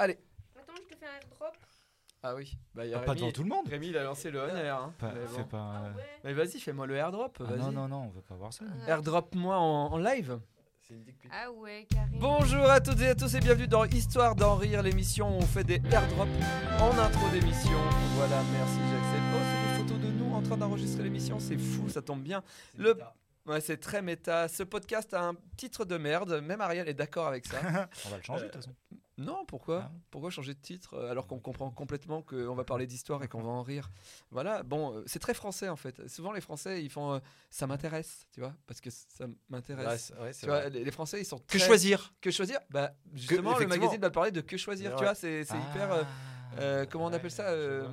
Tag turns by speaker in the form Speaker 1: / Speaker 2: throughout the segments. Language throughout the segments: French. Speaker 1: Allez.
Speaker 2: Attends, je te fais un drop.
Speaker 1: Ah oui. Bah, il y a
Speaker 3: Ah, Pas
Speaker 1: Rémi.
Speaker 3: devant tout le monde.
Speaker 1: Rémi, il a lancé le on air. hein.
Speaker 3: Pas-
Speaker 1: Mais,
Speaker 3: fais
Speaker 1: bon.
Speaker 3: pas, euh,
Speaker 2: Ouais.
Speaker 1: Mais vas-y, fais-moi le airdrop.
Speaker 3: ah
Speaker 1: Vas-y.
Speaker 3: non, non, non, on veut pas voir ça.
Speaker 1: Airdrop-moi en, en live. C'est une dick
Speaker 2: Ah ouais, carrément.
Speaker 1: Bonjour à toutes et à tous et bienvenue dans Histoire d'en rire, l'émission où on fait des airdrops en intro d'émission. Voilà, merci, j'accepte. Oh, c'est des photos de nous en train d'enregistrer l'émission, c'est fou, ça tombe bien. Le... Ouais, c'est très méta. Ce podcast a un titre de merde, même Ariel est d'accord avec ça.
Speaker 3: On va le changer de toute façon.
Speaker 1: Non, pourquoi
Speaker 3: Ah.
Speaker 1: Pourquoi changer de titre euh, alors qu'on comprend complètement qu'on va parler d'histoire et qu'on va en rire Voilà, bon, euh, c'est très français en fait. Souvent les Français, ils font euh, ça m'intéresse, tu vois, parce que ça m'intéresse. tu vois, les, les Français, ils sont
Speaker 4: Que
Speaker 1: très-
Speaker 4: choisir
Speaker 1: Que choisir Bah justement, le
Speaker 4: effectivement.
Speaker 1: magazine va parler de que choisir,
Speaker 4: Ouais.
Speaker 1: tu vois, c'est c'est
Speaker 3: Ah.
Speaker 1: hyper. euh, euh, comment on
Speaker 3: Ouais,
Speaker 1: appelle ça
Speaker 3: je
Speaker 1: euh,
Speaker 3: vois.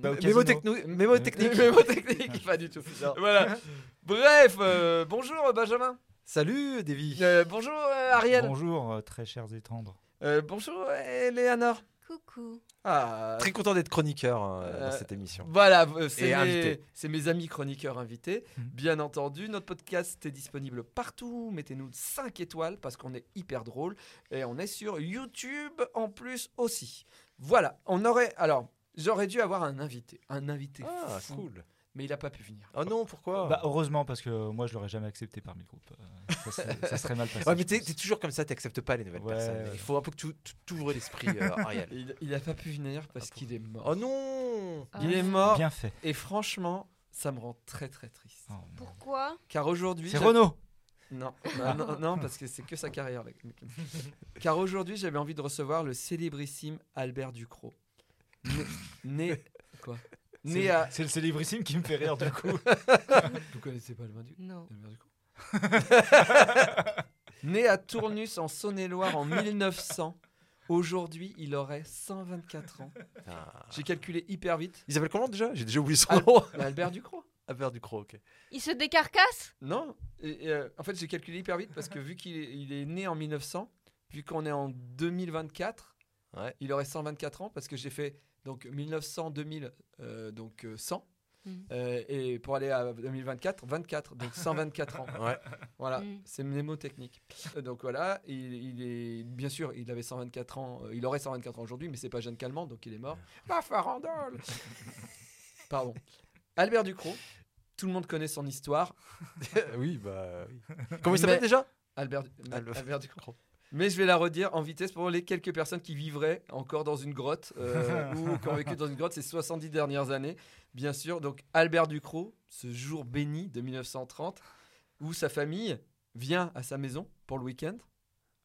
Speaker 3: Bah, au
Speaker 1: mémo
Speaker 3: casino.
Speaker 1: techno- mémo technique. Mémo technique, pas du tout.
Speaker 4: ça.
Speaker 1: Voilà. Bref, euh, bonjour Benjamin.
Speaker 4: Salut, Davy.
Speaker 1: Euh, bonjour euh, Ariel.
Speaker 3: Bonjour, euh, très chers et tendres.
Speaker 1: Euh, bonjour Eleanor.
Speaker 2: Coucou.
Speaker 1: Ah,
Speaker 4: Très content d'être chroniqueur euh,
Speaker 1: Euh,
Speaker 4: dans cette émission.
Speaker 1: Voilà, euh, c'est
Speaker 4: Et
Speaker 1: mes,
Speaker 4: invité.
Speaker 1: c'est mes amis chroniqueurs invités.
Speaker 3: Mhm.
Speaker 1: Bien entendu, notre podcast est disponible partout. Mettez-nous 5 étoiles parce qu'on est hyper drôle. Et on est sur YouTube en plus aussi. Voilà, on aurait... Alors, j'aurais dû avoir un invité. Un invité
Speaker 4: Ah,
Speaker 1: fou,
Speaker 4: cool.
Speaker 1: Mais il n'a pas pu venir.
Speaker 4: Oh non, pourquoi
Speaker 3: Bah, heureusement, parce que moi, je l'aurais jamais accepté parmi le groupe. Euh, ça, serait- ça serait mal passé.
Speaker 4: Ouais, mais
Speaker 3: je
Speaker 4: t'es
Speaker 3: pense.
Speaker 4: t'es toujours comme ça, t'acceptes pas les nouvelles
Speaker 3: Ouais,
Speaker 4: personnes.
Speaker 3: ouais.
Speaker 4: Il faut un peu que tu tu- t'ouvres l'esprit, euh, Ariel.
Speaker 1: Il n'a pas pu venir parce qu'il est mort.
Speaker 4: Oh non
Speaker 1: Il
Speaker 2: Ah,
Speaker 1: est mort.
Speaker 3: Bien fait.
Speaker 1: Et franchement, ça me rend très très triste.
Speaker 3: Oh, merde.
Speaker 2: Pourquoi
Speaker 1: Car aujourd'hui...
Speaker 3: C'est
Speaker 1: j'avais-
Speaker 3: Renaud.
Speaker 1: Non, non, non, non, parce que c'est que sa carrière. le- le- Car aujourd'hui, j'avais envie de recevoir le célébrissime Albert Ducrot. Né, né- quoi Né à.
Speaker 3: le célébrissime qui me fait rire du coup.
Speaker 1: Vous connaissez pas Albert, Du-
Speaker 2: Non.
Speaker 1: Albert Ducrot Né à Tournus en Saône-et-Loire en 1900. Aujourd'hui, il aurait 124 ans.
Speaker 4: Ah.
Speaker 1: J'ai calculé hyper vite.
Speaker 4: Il s'appelle comment déjà J'ai déjà oublié son
Speaker 1: Al-
Speaker 4: nom.
Speaker 1: Albert Ducrot
Speaker 4: Albert Ducrot, ok.
Speaker 2: Il se décarcasse
Speaker 1: Non. et- et, euh, en fait, j'ai calculé hyper vite parce que vu qu'il est, il est né en 1900, vu qu'on est en 2024,
Speaker 4: Ouais.
Speaker 1: il aurait 124 ans parce que j'ai fait donc 1900, 2000, euh, donc euh, 100.
Speaker 2: Mhm.
Speaker 1: euh, et pour aller à 2024, 24, donc 124 ans.
Speaker 4: Ouais.
Speaker 1: Voilà,
Speaker 2: Mhm.
Speaker 1: c'est mnémotechnique. Euh, donc voilà, il, il est bien sûr, il avait 124 ans, euh, il aurait 124 ans aujourd'hui, mais c'est pas Jeanne Calment, donc il est mort. La farandole Pardon. Albert Ducrot, tout le monde connaît son histoire.
Speaker 4: oui, bah. oui. Comment il s'appelle
Speaker 1: Mais-
Speaker 4: déjà
Speaker 1: Albert, mais-
Speaker 4: Albert-
Speaker 1: Albert Ducrot. Mais je vais la redire en vitesse pour les quelques personnes qui vivraient encore dans une grotte euh, ou qui ont vécu dans une grotte ces 70 dernières années, bien sûr. Donc Albert Ducrot, ce jour béni de 1930, où sa famille vient à sa maison pour le week-end.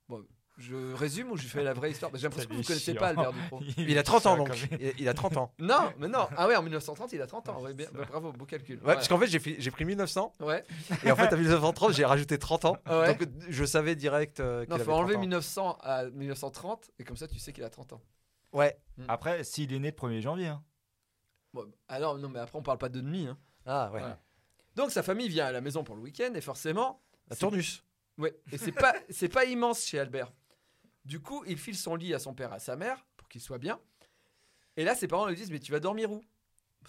Speaker 1: Bon, je résume ou je fais la vraie histoire Parce que J'ai l'impression que vous ne connaissez pas Albert Ducrot.
Speaker 4: Il a 30 ans donc. Il il a 30 ans.
Speaker 1: Non, mais non. Ah ouais, en 1930, il a 30 ans. Ouais, bien- bah, bravo, beau calcul.
Speaker 4: Ah, Ouais, parce qu'en fait, j'ai fait- j'ai pris 1900
Speaker 1: Ouais.
Speaker 4: et en fait, à 1930, j'ai rajouté 30 ans.
Speaker 1: Ah ouais.
Speaker 4: Donc, je savais direct euh, qu'il
Speaker 1: Non,
Speaker 4: avait
Speaker 1: faut enlever
Speaker 4: 30 ans.
Speaker 1: 1900 à 1930 et comme ça, tu sais qu'il a 30 ans.
Speaker 4: Ouais.
Speaker 3: Après, s'il est né le 1er janvier. hein.
Speaker 1: Bon, alors, non, mais après, on parle pas de demi. Hein.
Speaker 4: Ah ouais.
Speaker 1: Voilà. Donc sa famille vient à la maison pour le week-end et forcément,
Speaker 4: La
Speaker 1: c'est-
Speaker 4: tournus.
Speaker 1: ouais, et c'est pas c'est pas immense chez Albert. Du coup, il file son lit à son père, à sa mère, pour qu'il soit bien. Et là, ses parents lui disent mais tu vas dormir où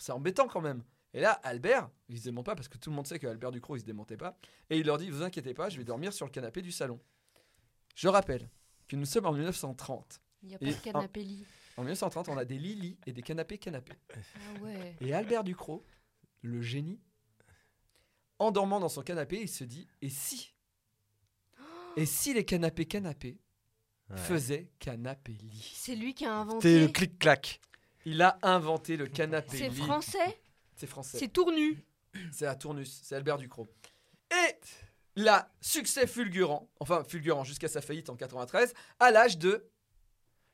Speaker 1: C'est embêtant quand même. Et là, Albert, il se démonte pas parce que tout le monde sait que Albert Ducrot il se démontait pas. Et il leur dit vous inquiétez pas, je vais dormir sur le canapé du salon. Je rappelle que nous sommes en 1930.
Speaker 2: Il n'y a
Speaker 1: pas
Speaker 2: pas
Speaker 1: Et- de
Speaker 2: de
Speaker 1: canapé
Speaker 2: canapé lit.
Speaker 1: En 1930, on a des lits-lits et des canapés-canapés.
Speaker 2: Ah ouais.
Speaker 1: Et Albert Ducrot, le génie, en dormant dans son canapé, il se dit Et si Et si les canapés canapés
Speaker 4: Ouais.
Speaker 1: faisaient canapé lit
Speaker 2: C'est lui qui a
Speaker 4: C'était
Speaker 2: inventé.
Speaker 4: le clic-clac.
Speaker 1: Il a inventé le canapé
Speaker 2: C'est
Speaker 1: lit.
Speaker 2: français
Speaker 1: C'est français.
Speaker 2: C'est tournu.
Speaker 1: C'est à Tournus. C'est Albert Ducrot. Et là, succès fulgurant, enfin fulgurant jusqu'à sa faillite en 93, à l'âge de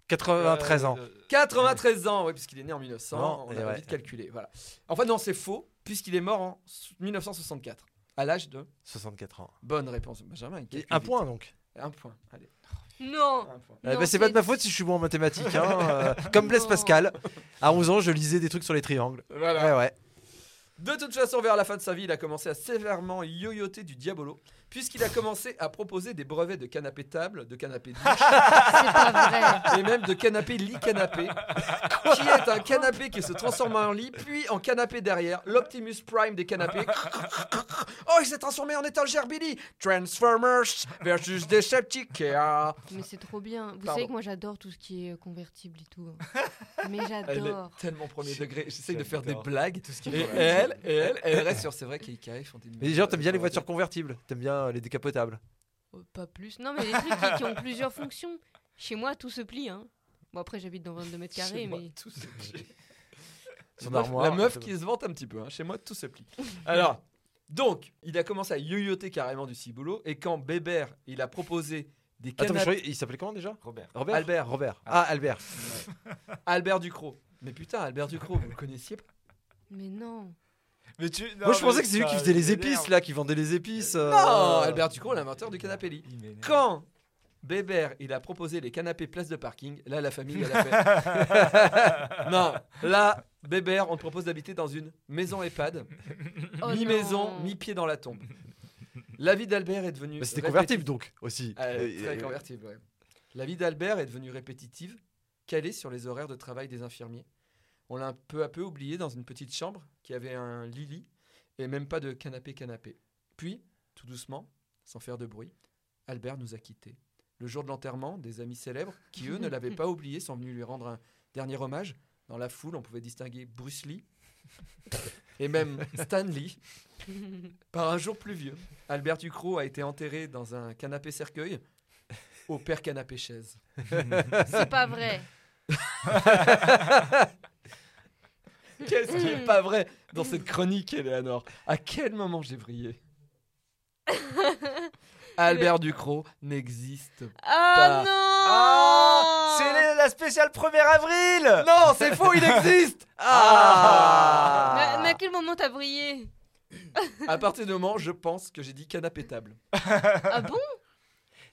Speaker 4: 93 ans.
Speaker 3: Euh,
Speaker 1: 93 ans, ouais, puisqu'il est né en 1900,
Speaker 4: Non,
Speaker 1: on
Speaker 4: et
Speaker 1: a
Speaker 4: ouais.
Speaker 1: vite calculé. Voilà. Enfin, non, c'est faux, puisqu'il est mort en 1964, à l'âge de
Speaker 4: 64 ans.
Speaker 1: Bonne réponse, Benjamin. il
Speaker 4: Et
Speaker 1: calcule
Speaker 4: un
Speaker 1: vite.
Speaker 4: point donc.
Speaker 1: Un point, allez.
Speaker 2: Non.
Speaker 1: Un point.
Speaker 4: Eh
Speaker 2: Non,
Speaker 4: ben, c'est pas de ma
Speaker 2: c'est-
Speaker 4: faute si je suis bon en mathématiques. hein, euh, comme Blaise
Speaker 2: Non.
Speaker 4: Pascal, à 11 ans, je lisais des trucs sur les triangles.
Speaker 1: Voilà.
Speaker 4: Ouais, ouais.
Speaker 1: De toute façon, vers la fin de sa vie, il a commencé à sévèrement yoyoter du diabolo, puisqu'il a commencé à proposer des brevets de canapé table, de canapé douche,
Speaker 2: C'est pas vrai.
Speaker 1: et même de canapé lit canapé, qui est un canapé qui se transforme en lit, puis en canapé derrière, l'Optimus Prime des canapés. Oh, il s'est transformé en étagère Billy Transformers versus Decepticons.
Speaker 2: Mais c'est trop bien. Vous
Speaker 1: Pardon.
Speaker 2: savez que moi j'adore tout ce qui est euh, convertible et tout. hein. Mais
Speaker 1: Elle est
Speaker 2: j'adore.
Speaker 1: tellement premier degré, j'essaye de faire des
Speaker 3: J'adore.
Speaker 1: blagues.
Speaker 3: Tout ce qui
Speaker 1: Et
Speaker 3: est
Speaker 1: elle, et elle, elle reste sur. C'est vrai qu'IKEA ils font des.
Speaker 4: Mais genre, t'aimes
Speaker 1: Euh,
Speaker 4: bien les voitures convertibles, t'aimes bien euh, les décapotables.
Speaker 2: Euh, Pas plus. Non, mais les trucs qui, qui ont plusieurs fonctions. Chez moi, tout se plie. Hein. Bon, après, j'habite dans 22 mètres
Speaker 1: Chez
Speaker 2: carrés,
Speaker 1: moi,
Speaker 2: mais.
Speaker 1: tout se plie.
Speaker 4: Son
Speaker 1: La meuf-
Speaker 4: armoire,
Speaker 1: la meuf
Speaker 4: c'est bon.
Speaker 1: qui se vante un petit peu. hein. Chez moi, tout se plie. Alors, donc, il a commencé à yoyoter carrément du ciboulot. Et quand Bébert, il a proposé des
Speaker 4: Attends, mais je
Speaker 1: canapés.
Speaker 4: croyais- il s'appelait comment déjà
Speaker 3: Robert.
Speaker 4: Robert
Speaker 1: Albert.
Speaker 4: Robert. Ah, Albert.
Speaker 1: Albert Ducrot. Mais putain, Albert Ducrot, vous le connaissiez pas
Speaker 2: Mais non.
Speaker 3: Mais tu...
Speaker 4: Moi, je pensais que c'est lui qui faisait les épices, là, qui vendait les épices. euh.
Speaker 1: Non, Albert Ducrot, l'inventeur du canapé lit.
Speaker 3: Il
Speaker 1: Quand Bébert, il a proposé les canapés place de parking, là, la famille, elle a fait. non, là, Bébert, on te propose d'habiter dans une maison EHPAD,
Speaker 2: Oh,
Speaker 1: mi-maison,
Speaker 2: non.
Speaker 1: mi-pied dans la tombe. La vie d'Albert est devenue.
Speaker 4: Mais c'était
Speaker 1: répétitive.
Speaker 4: convertible donc aussi.
Speaker 1: Euh,
Speaker 4: Euh,
Speaker 1: très
Speaker 4: euh,
Speaker 1: convertible, ouais. La vie d'Albert est devenue répétitive, calée sur les horaires de travail des infirmiers. On l'a peu à peu oublié dans une petite chambre qui avait un lit-lit et même pas de canapé-canapé. Puis, tout doucement, sans faire de bruit, Albert nous a quittés. Le jour de l'enterrement, des amis célèbres, qui eux ne l'avaient pas oublié, sont venus lui rendre un dernier hommage. Dans la foule, on pouvait distinguer Bruce Lee et même Stan Lee par un jour pluvieux. Albert Ducrot a été enterré dans un canapé-cercueil au père canapé-chaise.
Speaker 2: C'est pas vrai.
Speaker 1: Qu'est-ce qui est pas vrai dans cette chronique, Eleanor À quel moment j'ai brillé Albert Ducrot n'existe pas.
Speaker 2: Ah
Speaker 1: Pas-
Speaker 2: non
Speaker 3: Ah C'est la- la spéciale 1er avril
Speaker 1: Non, c'est faux, il existe
Speaker 4: Ah
Speaker 2: Mais, mais à quel moment t'as brillé
Speaker 1: À partir du moment, je pense que j'ai dit canapé-table.
Speaker 2: Ah bon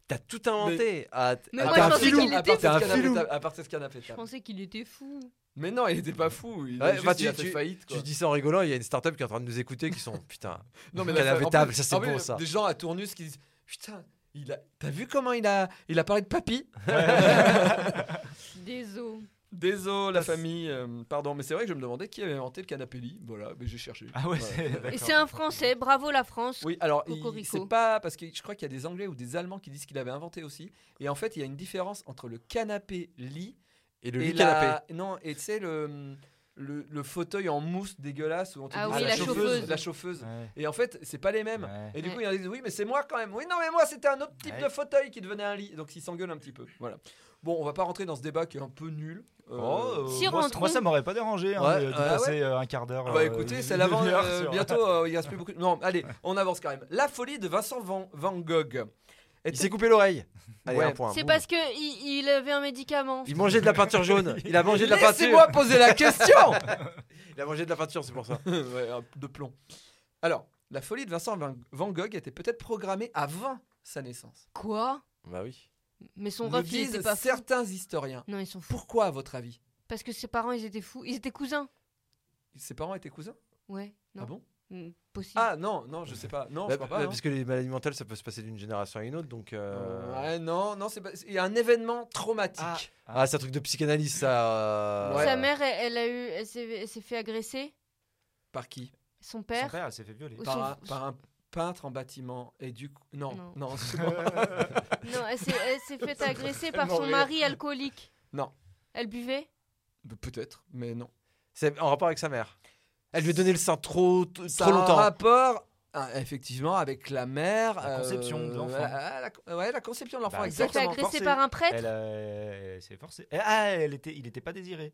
Speaker 4: T'as tout inventé. Ah, t-
Speaker 2: Mais
Speaker 4: ah,
Speaker 2: moi,
Speaker 4: t'es
Speaker 2: je
Speaker 4: un
Speaker 2: pensais
Speaker 4: filou.
Speaker 2: qu'il
Speaker 1: À
Speaker 2: était
Speaker 1: partir de
Speaker 4: fou.
Speaker 1: ce canapé-table- à partir de ce
Speaker 2: Je
Speaker 1: canapé-table.
Speaker 2: pensais qu'il était fou.
Speaker 1: Mais non, il était pas fou. Il, a
Speaker 4: Ouais,
Speaker 1: juste,
Speaker 4: bah,
Speaker 1: il a
Speaker 4: tu-
Speaker 1: fait
Speaker 4: tu-
Speaker 1: faillite. quoi.
Speaker 4: Tu dis ça en rigolant, il y a une startup qui est en train de nous écouter qui sont putain.
Speaker 1: Non, mais
Speaker 4: Canapé
Speaker 1: ça- en
Speaker 4: table,
Speaker 1: plus-
Speaker 4: ça, c'est
Speaker 1: en plus,
Speaker 4: bon, ça.
Speaker 1: Des gens à Tournus qui disent Putain, il a... t'as vu comment il a... il a parlé de papy
Speaker 2: Désolé.
Speaker 1: Désolé, la famille. euh, pardon, mais c'est vrai que je me demandais qui avait inventé le canapé lit. Voilà, mais j'ai cherché.
Speaker 3: Ah ouais,
Speaker 1: Voilà.
Speaker 3: c'est
Speaker 2: Et
Speaker 3: d'accord.
Speaker 2: c'est un Français, bravo la France.
Speaker 1: Oui, alors il-
Speaker 2: Cocorico.
Speaker 1: c'est pas parce que je crois qu'il y a des Anglais ou des Allemands qui disent qu'il avait inventé aussi. Et en fait, il y a une différence entre le canapé lit
Speaker 4: Et le
Speaker 1: et
Speaker 4: lit
Speaker 1: la-
Speaker 4: canapé.
Speaker 1: non et tu sais le, le le fauteuil en mousse dégueulasse où on te
Speaker 2: Ah
Speaker 1: dit
Speaker 4: oui, la
Speaker 2: chauffeuse.
Speaker 1: la chauffeuse.
Speaker 3: Ouais.
Speaker 1: Et en fait, c'est pas les mêmes.
Speaker 3: Ouais.
Speaker 1: Et du
Speaker 2: Ouais.
Speaker 1: coup, il y en a qui disent oui, mais c'est moi quand même. Oui, non, mais moi, c'était un autre type
Speaker 3: Ouais.
Speaker 1: de fauteuil qui devenait un lit. Donc, ils s'engueulent un petit peu. Voilà. Bon, on va pas rentrer dans ce débat qui est un peu nul. Euh,
Speaker 4: Oh,
Speaker 2: Si
Speaker 3: moi,
Speaker 2: rentrons.
Speaker 3: moi, ça m'aurait pas dérangé hein,
Speaker 4: Ouais,
Speaker 3: de, de
Speaker 4: ouais,
Speaker 3: passer euh, un quart
Speaker 4: oh.
Speaker 3: d'heure.
Speaker 1: Bah
Speaker 3: euh,
Speaker 1: écoutez,
Speaker 3: une
Speaker 1: c'est l'avant.
Speaker 3: demi-heure
Speaker 1: euh,
Speaker 3: sur-
Speaker 1: bientôt, euh, il reste plus beaucoup. de- Non, allez, on avance quand même. La folie de Vincent Van, Van Gogh.
Speaker 4: Il s'est coupé l'oreille. Allez,
Speaker 1: Ouais.
Speaker 4: un point.
Speaker 2: C'est
Speaker 4: boum.
Speaker 2: parce que il, il avait un médicament.
Speaker 4: Il mangeait de la peinture jaune. Il a mangé de la
Speaker 1: Laissez-moi
Speaker 4: peinture.
Speaker 1: poser la question
Speaker 4: Il a mangé de la peinture, c'est pour ça.
Speaker 1: Ouais, un- De plomb. Alors, la folie de Vincent Van, Van Gogh était peut-être programmée avant sa naissance.
Speaker 2: Quoi
Speaker 4: Bah oui.
Speaker 2: Mais son
Speaker 1: Le
Speaker 2: ref, il était
Speaker 1: disent
Speaker 2: pas fou.
Speaker 1: certains historiens.
Speaker 2: Non, ils sont fous.
Speaker 1: Pourquoi, à votre avis
Speaker 2: Parce que ses parents, ils étaient fous. Ils étaient cousins.
Speaker 1: Ses parents étaient cousins
Speaker 2: Ouais. Non.
Speaker 1: Ah bon
Speaker 2: Mm, Possible.
Speaker 1: Ah non, non, je sais pas. Non, je
Speaker 4: Bah,
Speaker 1: crois
Speaker 4: bah,
Speaker 1: pas. hein. non.
Speaker 4: parce que les maladies mentales, ça peut se passer d'une génération à une autre, donc. euh,
Speaker 1: Ouais, non, non, c'est pas... il y a un événement traumatique.
Speaker 4: Ah. Ah, c'est un truc de psychanalyse, ça. euh,
Speaker 1: Ouais.
Speaker 2: Sa mère, elle, elle a eu, elle s'est elle s'est fait agresser.
Speaker 1: Par qui
Speaker 2: Son
Speaker 3: Son
Speaker 2: père.
Speaker 3: père, elle s'est fait violer.
Speaker 2: Ou
Speaker 1: par
Speaker 2: son-
Speaker 1: un, par un peintre en bâtiment et du coup non non,
Speaker 2: Non.
Speaker 1: c'est bon.
Speaker 2: Non, elle s'est- elle s'est fait agresser par
Speaker 1: tellement
Speaker 2: son
Speaker 1: rire.
Speaker 2: mari alcoolique.
Speaker 1: Non.
Speaker 2: Elle buvait
Speaker 1: peut-être mais non
Speaker 4: C'est en rapport avec sa mère. Elle lui a donné le sein trop, t-
Speaker 1: ça
Speaker 4: trop
Speaker 1: a un
Speaker 4: longtemps.
Speaker 1: rapport ah, effectivement avec la mère
Speaker 3: La conception de l'enfant.
Speaker 1: ah, la, ouais, la conception de l'enfant
Speaker 3: Bah,
Speaker 2: Elle s'est fait
Speaker 1: exactement
Speaker 3: agré-
Speaker 2: agresser
Speaker 3: forcé.
Speaker 2: par un prêtre
Speaker 3: Elle, euh, elle s'est forcée. Ah, elle était, il n'était pas désiré.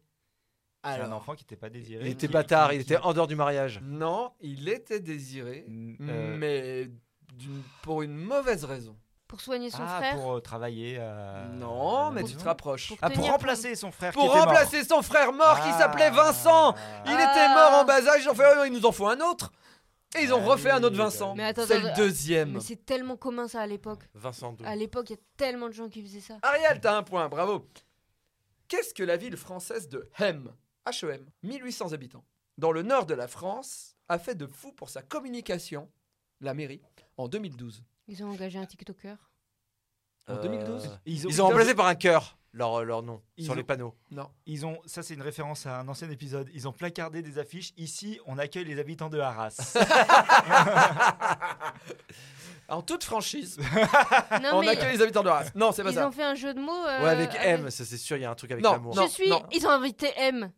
Speaker 3: C'est un
Speaker 1: alors
Speaker 3: enfant qui n'était pas désiré.
Speaker 4: Il
Speaker 3: qui-
Speaker 4: était bâtard,
Speaker 3: qui-
Speaker 4: il
Speaker 3: qui-
Speaker 4: était en dehors du mariage.
Speaker 1: non il était désiré
Speaker 3: Euh,
Speaker 1: mais d'une- pour une mauvaise raison
Speaker 2: pour soigner son
Speaker 3: ah,
Speaker 2: frère.
Speaker 3: pour euh, travailler. euh,
Speaker 1: non
Speaker 3: à la
Speaker 1: mais tu
Speaker 3: maison.
Speaker 1: te rapproches
Speaker 2: Pour
Speaker 3: Ah, pour
Speaker 2: tenir
Speaker 3: remplacer son frère.
Speaker 1: pour
Speaker 3: qui était mort.
Speaker 1: remplacer son frère mort qui
Speaker 3: Ah.
Speaker 1: s'appelait Vincent il
Speaker 3: Ah.
Speaker 1: était
Speaker 2: Ah.
Speaker 1: mort en bas âge ils ont fait oh, il nous en faut un autre Et ils ont
Speaker 4: Ah
Speaker 1: refait un
Speaker 4: oui,
Speaker 1: autre
Speaker 4: bah
Speaker 1: Vincent.
Speaker 4: oui.
Speaker 2: Mais attends,
Speaker 1: C'est
Speaker 2: attends,
Speaker 1: le
Speaker 2: attends.
Speaker 1: deuxième.
Speaker 2: Mais c'est tellement commun ça à l'époque.
Speaker 4: Vincent
Speaker 1: Mm.
Speaker 4: II.
Speaker 2: À l'époque, il y a tellement de gens qui faisaient ça.
Speaker 1: Ariel, t'as un point, bravo. Qu'est-ce que la ville française de Hem, E HEM, 1800 habitants, dans le nord de la France, a fait de fou pour sa communication, la mairie, en 2012
Speaker 2: Ils ont engagé un TikToker.
Speaker 1: En
Speaker 4: Euh,
Speaker 1: 2012
Speaker 4: Ils ont remplacé par un cœur leur, leur nom
Speaker 3: Ils
Speaker 4: sur
Speaker 3: ont-
Speaker 4: les panneaux.
Speaker 1: Non.
Speaker 3: Ils ont, ça c'est une référence à un ancien épisode, ils ont placardé des affiches, ici on accueille les habitants de Arras.
Speaker 1: En toute franchise,
Speaker 2: Non,
Speaker 1: on
Speaker 2: mais
Speaker 1: accueille les habitants de Arras. Non, c'est pas
Speaker 2: ils
Speaker 1: ça.
Speaker 2: ont fait un jeu de mots. euh,
Speaker 4: ouais, avec M, ça c'est sûr, il y a un truc avec
Speaker 1: Non,
Speaker 4: l'amour.
Speaker 2: Je
Speaker 1: non.
Speaker 2: suis. Ils ont invité M.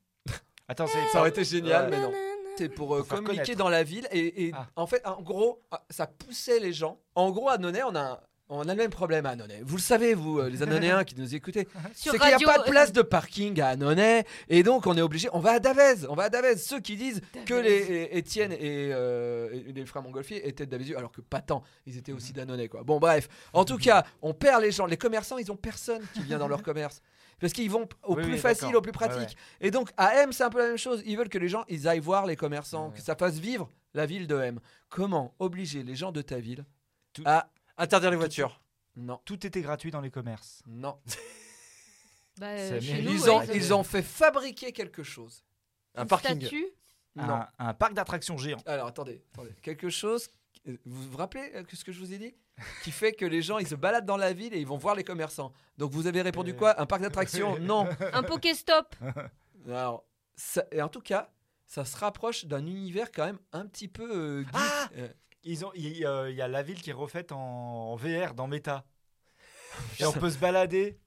Speaker 3: Attends,
Speaker 2: Eh
Speaker 3: c'est
Speaker 1: Ça aurait été génial,
Speaker 3: Ouais.
Speaker 1: mais non.
Speaker 2: Nanana.
Speaker 1: C'est pour euh,
Speaker 3: Pour faire
Speaker 1: communiquer
Speaker 3: connaître.
Speaker 1: dans la ville. Et, et
Speaker 3: Ah.
Speaker 1: en fait, en gros, ah, ça poussait les gens. En gros, à Nonnet, on a, un- on a le même problème à Nonnet. Vous le savez, vous, euh, les Annonéens qui nous écoutez.
Speaker 2: Sur
Speaker 1: c'est qu'il n'y a
Speaker 2: Radio- euh.
Speaker 1: pas de place de parking à Annonay. Et donc, on est obligé. On va à Davez. On va à Davez. Ceux qui disent que les et- Étienne et, euh, et les frères Montgolfier étaient de Davézu, alors que pas tant. Ils étaient
Speaker 3: Mhm.
Speaker 1: aussi d'Annonay, quoi. Bon, bref. En tout cas, on perd les gens. Les commerçants, ils ont personne qui vient dans leur commerce. Parce qu'ils vont au
Speaker 3: Oui,
Speaker 1: plus
Speaker 3: oui,
Speaker 1: facile,
Speaker 3: d'accord.
Speaker 1: au plus pratique.
Speaker 3: Ouais, ouais.
Speaker 1: Et donc à M, c'est un peu la même chose. Ils veulent que les gens, ils aillent voir les commerçants,
Speaker 3: Ouais.
Speaker 1: que ça fasse vivre la ville de M. Comment obliger les gens de ta ville
Speaker 3: Tout-
Speaker 1: à
Speaker 4: Interdire les voitures.
Speaker 1: non,
Speaker 3: Tout était gratuit dans les commerces.
Speaker 1: non.
Speaker 2: Bah, euh,
Speaker 3: Ça
Speaker 2: chez
Speaker 3: mérite.
Speaker 2: nous,
Speaker 1: Ils
Speaker 2: ouais,
Speaker 1: ont,
Speaker 3: ça
Speaker 1: ils
Speaker 3: fait-
Speaker 1: ont fait fabriquer quelque chose.
Speaker 4: Un
Speaker 2: une
Speaker 4: parking.
Speaker 2: statue.
Speaker 1: Non.
Speaker 3: Un, un parc d'attractions géant.
Speaker 1: Alors attendez, attendez. quelque chose. Vous vous rappelez euh, ce que je vous ai dit Qui fait que les gens, ils se baladent dans la ville et ils vont voir les commerçants. Donc vous avez répondu
Speaker 3: Euh.
Speaker 1: quoi Un parc d'attractions Non.
Speaker 2: Un Pokéstop.
Speaker 1: Ah Alors, ça- et en tout cas, ça se rapproche d'un univers quand même un petit peu euh, geek.
Speaker 4: Ah
Speaker 1: Euh,
Speaker 3: Ils ont, il euh, il y a la ville qui est refaite en, en VR dans Meta. Et on peut se balader.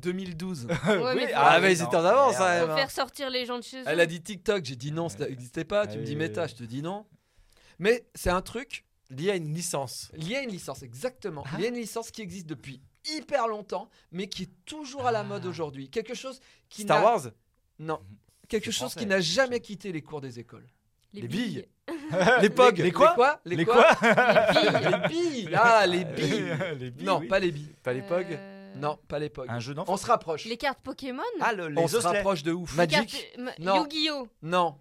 Speaker 1: 2012.
Speaker 2: Ouais,
Speaker 3: Oui,
Speaker 2: mais faut-
Speaker 4: Ah,
Speaker 3: Ah
Speaker 4: mais
Speaker 3: oui,
Speaker 4: ils étaient
Speaker 3: non.
Speaker 4: en avance,
Speaker 3: Merde.
Speaker 4: hein,
Speaker 2: Faut
Speaker 4: M, hein.
Speaker 2: faire sortir les gens de chez eux.
Speaker 1: Elle a dit TikTok, j'ai dit non,
Speaker 3: Ouais.
Speaker 1: ça n'existait pas. Tu me dis
Speaker 3: Ouais,
Speaker 1: méta,
Speaker 3: ouais.
Speaker 1: je te dis non. Mais c'est un truc
Speaker 4: Lié à une licence.
Speaker 1: lié à une licence, exactement. Lié à une licence qui existe depuis hyper longtemps, mais qui est toujours à la mode
Speaker 3: Ah.
Speaker 1: aujourd'hui. Quelque chose qui
Speaker 4: Star
Speaker 1: n'a-
Speaker 4: Wars
Speaker 1: Non. Quelque
Speaker 3: C'est
Speaker 1: chose qui
Speaker 3: Mhm. français.
Speaker 1: n'a jamais quitté les cours des écoles.
Speaker 4: les billes.
Speaker 3: les
Speaker 4: L'époque.
Speaker 3: Les quoi
Speaker 1: Les,
Speaker 3: Les
Speaker 1: quoi
Speaker 3: quoi Euh,
Speaker 1: Les billes Ah, les billes
Speaker 3: Les billes,
Speaker 1: Non,
Speaker 3: oui.
Speaker 1: pas les billes.
Speaker 4: Pas les POG
Speaker 2: Euh,
Speaker 1: Non, pas les pogs.
Speaker 3: Un jeu d'enfant.
Speaker 1: On se rapproche.
Speaker 2: Les cartes Pokémon.
Speaker 3: Ah, le- les
Speaker 1: On se
Speaker 3: osselets.
Speaker 1: rapproche de ouf.
Speaker 2: Les cartes- ma-
Speaker 1: Non.
Speaker 2: Yu-Gi-Oh.
Speaker 1: Non.